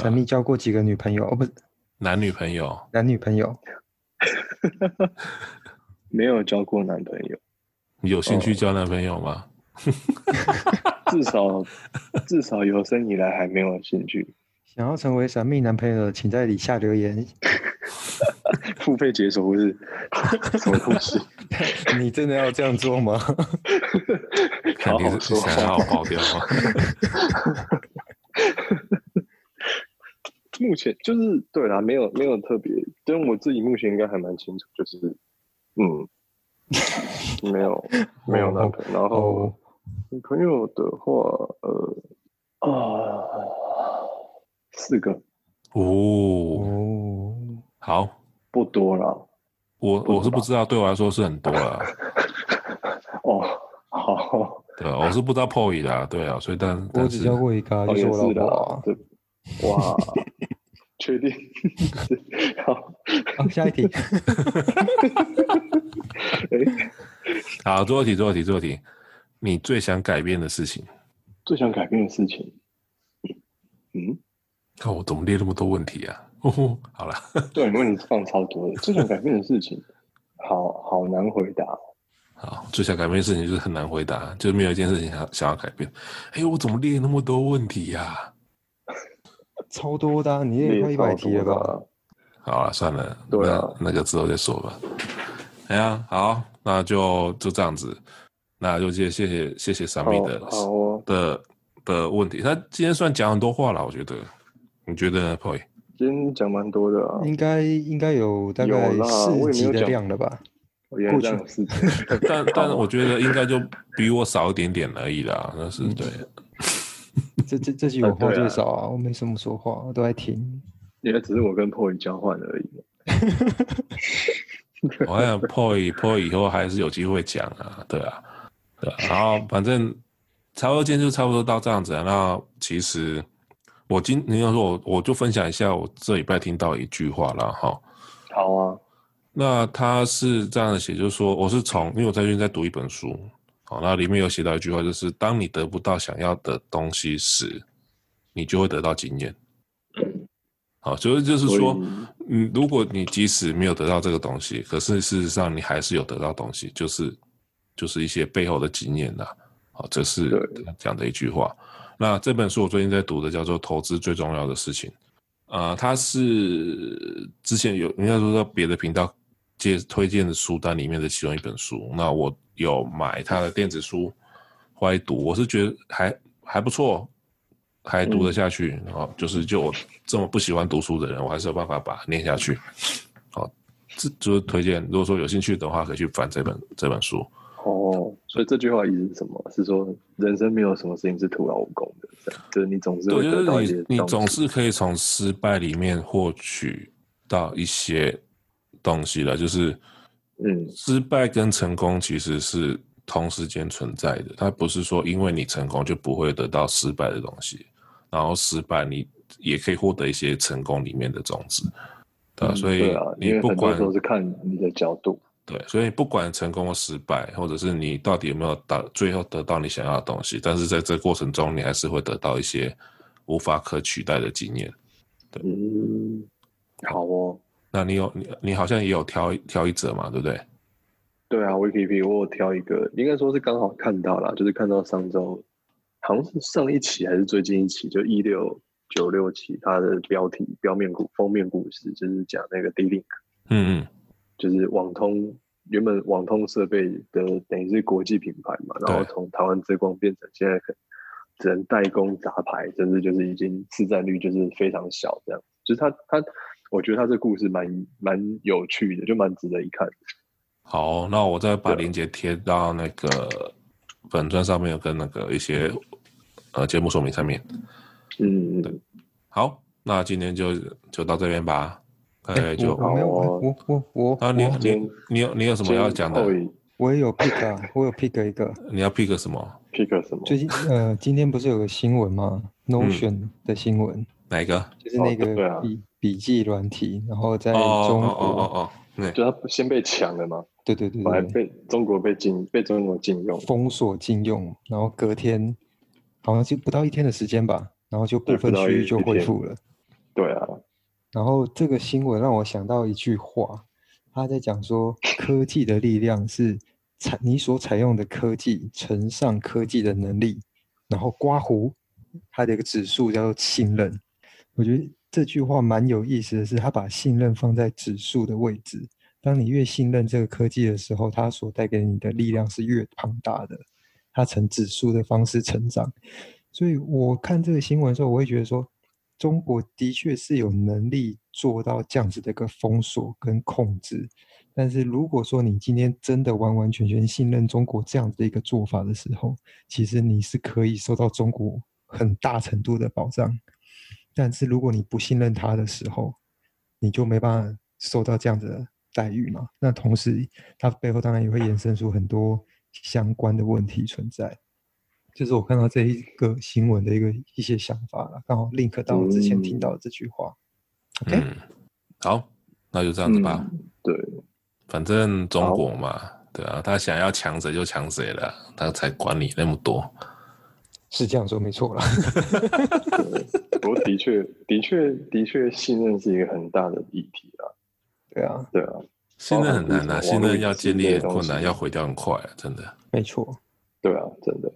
啊
神秘交过几个女朋友？哦，不是
男女朋友，
男女朋友。
没有交过男朋友，
你有兴趣
哦
交男朋友吗？
至少至少有生以来还没有兴趣。
想要成为神秘男朋友的，请在底下留言。
付费解锁不是什么东 西？
你真的要这样做吗？
肯定
好
是
说
想要
话。
我爆掉吗？
目前就是对啦，没有没有特别，但我自己目前应该还蛮清楚，就是嗯，没 有没有男朋友，然后。
哦，
女朋友的话，呃啊，四个
哦，
哦，
好，
不多啦。
我
不
我是
知
不
道
知道，对我来说是很多 了，
哦，好，
对，我是不知道 POE 的啊、对啊，所以但
我
但
只
是
交过一个啊，
哦
就是
也
我
是
老婆
啦
啊。，
对，哇，确定？ 好，
好，啊下一题，
哎，
好，最后一题，最后一题，最后一题，你最想改变的事情？
最想改变的事情，嗯，
看哦我怎么列那么多问题啊！哦吼，好了，
对，你问题放超多的。最想改变的事情，好好难回答。
好，最想改变的事情就是很难回答，就是没有一件事情想想要改变。哎，我怎么列那么多问题呀、
超多的啊、你也快一百题了吧？？
好了，算了，
对啊
那那个之后再说吧。哎呀，好，那就就这样子，那就谢谢谢谢谢傻
好
米的
好哦，
的的问题。他今天算讲很多话了，我觉得，你觉得呢，Poy？
今天讲蛮多的啊。
应该应该有大
有
概
啦我
四
也没
集
有
的
讲
量了吧？
我原来这样有事情，
但但我觉得应该就比我少一点点而已啦，那是对。
这这这集
呃
我话
对啊
最少啊，我没什么说话，我都在听。
也只是我跟 Poy 交换而已。
我想 Poi Poi 以后还是有机会讲啊，对啊，对啊。然后反正差不多今天就差不多到这样子了。那其实我今你要说我我就分享一下我这礼拜听到一句话啦。哈。
好啊，
那他是这样写，就是说我是从因为我在最近在读一本书，好，那里面有写到一句话，就是当你得不到想要的东西时，你就会得到经验。好，所以就是
所
说，
以
嗯，如果你即使没有得到这个东西，可是事实上你还是有得到东西，就是就是一些背后的经验呐、好，这是
对
他讲的一句话。那这本书我最近在读的叫做《投资最重要的事情》，啊，它是之前有应该说到别的频道介推荐的书单里面的其中一本书。那我有买它的电子书，后来读，我是觉得还还不错，还读得下去。然后就是就我这么不喜欢读书的人，我还是有办法把它念下去。好，这就是推荐。如果说有兴趣的话，可以去翻这本这本书。
哦，所以这句话意思是什么？是说人生没有什么事情是徒劳无功的，这样就是你总是
对，
会
就
得到一
是
些
你你
东西
总是可以从失败里面获取到一些东西了，就是
嗯
失败跟成功其实是同时间存在的，它不是说因为你成功就不会得到失败的东西，然后失败你也可以获得一些成功里面的种子，对吧、所以
对啊，因
你
为
不
很多
管
时候是看你的角度，
对，所以不管成功或失败，或者是你到底有没有达最后得到你想要的东西，但是在这过程中，你还是会得到一些无法可取代的经验。
嗯，好哦，
那你有你你好像也有挑一挑一则嘛，对不对？
对啊，Wiki P 我有挑一个，应该说是刚好看到啦，就是看到上周好像是上一期还是最近一期，就一六九六期，它的标题标面故封面故事就是讲那个 D Link，
嗯
就是网通原本网通设备的等于是国际品牌嘛，然后
对
从台湾之光变成现在可能只能代工杂牌，甚至就是已经市占率就是非常小这样。就是他他，我觉得他这故事蛮蛮有趣的，就蛮值得一看。
好，哦那我再把
对
链接贴到那个粉砖上面，跟那个一些呃节目说明上面。
嗯，
好，那今天就就到这边吧。呃，就
我我没有
好
我我我
啊，你
今
我
你
天
你有你有什么要讲的？
我也有 pick 啊，我有 pick 一个。
你要 pick 什么？
？Pick 什么？
最近呃，今天不是有个新闻吗？Notion 的新闻，
哪一个？
就是
嗯哦
那
对啊
个笔笔记软体，然后在
哦
中
哦哦
国，
哦哦，对，
就他先被抢了嘛，
对对对
本来
对对，
被中国被禁，被中国禁用。
封锁禁用，然后隔天好像就不到一天的时间吧，然后就部
对
分
不到
区
一
域就
一
恢
天
复了。
对啊，
然后这个新闻让我想到一句话，他在讲说，科技的力量是采你所采用的科技乘上科技的能力，然后刮胡，它的一个指数叫做信任。我觉得这句话蛮有意思的是，他把信任放在指数的位置。当你越信任这个科技的时候，它所带给你的力量是越庞大的，它呈指数的方式成长。所以我看这个新闻的时候，我会觉得说，中国的确是有能力做到这样子的一个封锁跟控制。但是如果说你今天真的完完全全信任中国这样子的一个做法的时候，其实你是可以受到中国很大程度的保障。但是如果你不信任他的时候，你就没办法受到这样子的待遇嘛。那同时，它背后当然也会衍生出很多相关的问题存在。就是我看到这一个新闻的一个一些想法了，刚好 link 到我之前听到的这句话。OK，
嗯，好，那就这样子吧。
对，
反正中国嘛，对啊，他想要抢谁就抢谁了，他才管你那么
哦
多。
是这样说没错啦。
对，不过的确， 的确，的确，信任是一个很大的议题啊。
对啊，
对啊，
信任很难啊，
网络
信任要建立很困
之类的东
难，
西
要毁掉很快、啊，真的。
没错。
对啊，真的。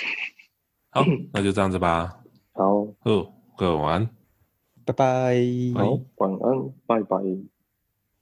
好，那就这样子吧。
好，
哦，各位晚安。
拜拜。
拜
好，晚安，拜拜。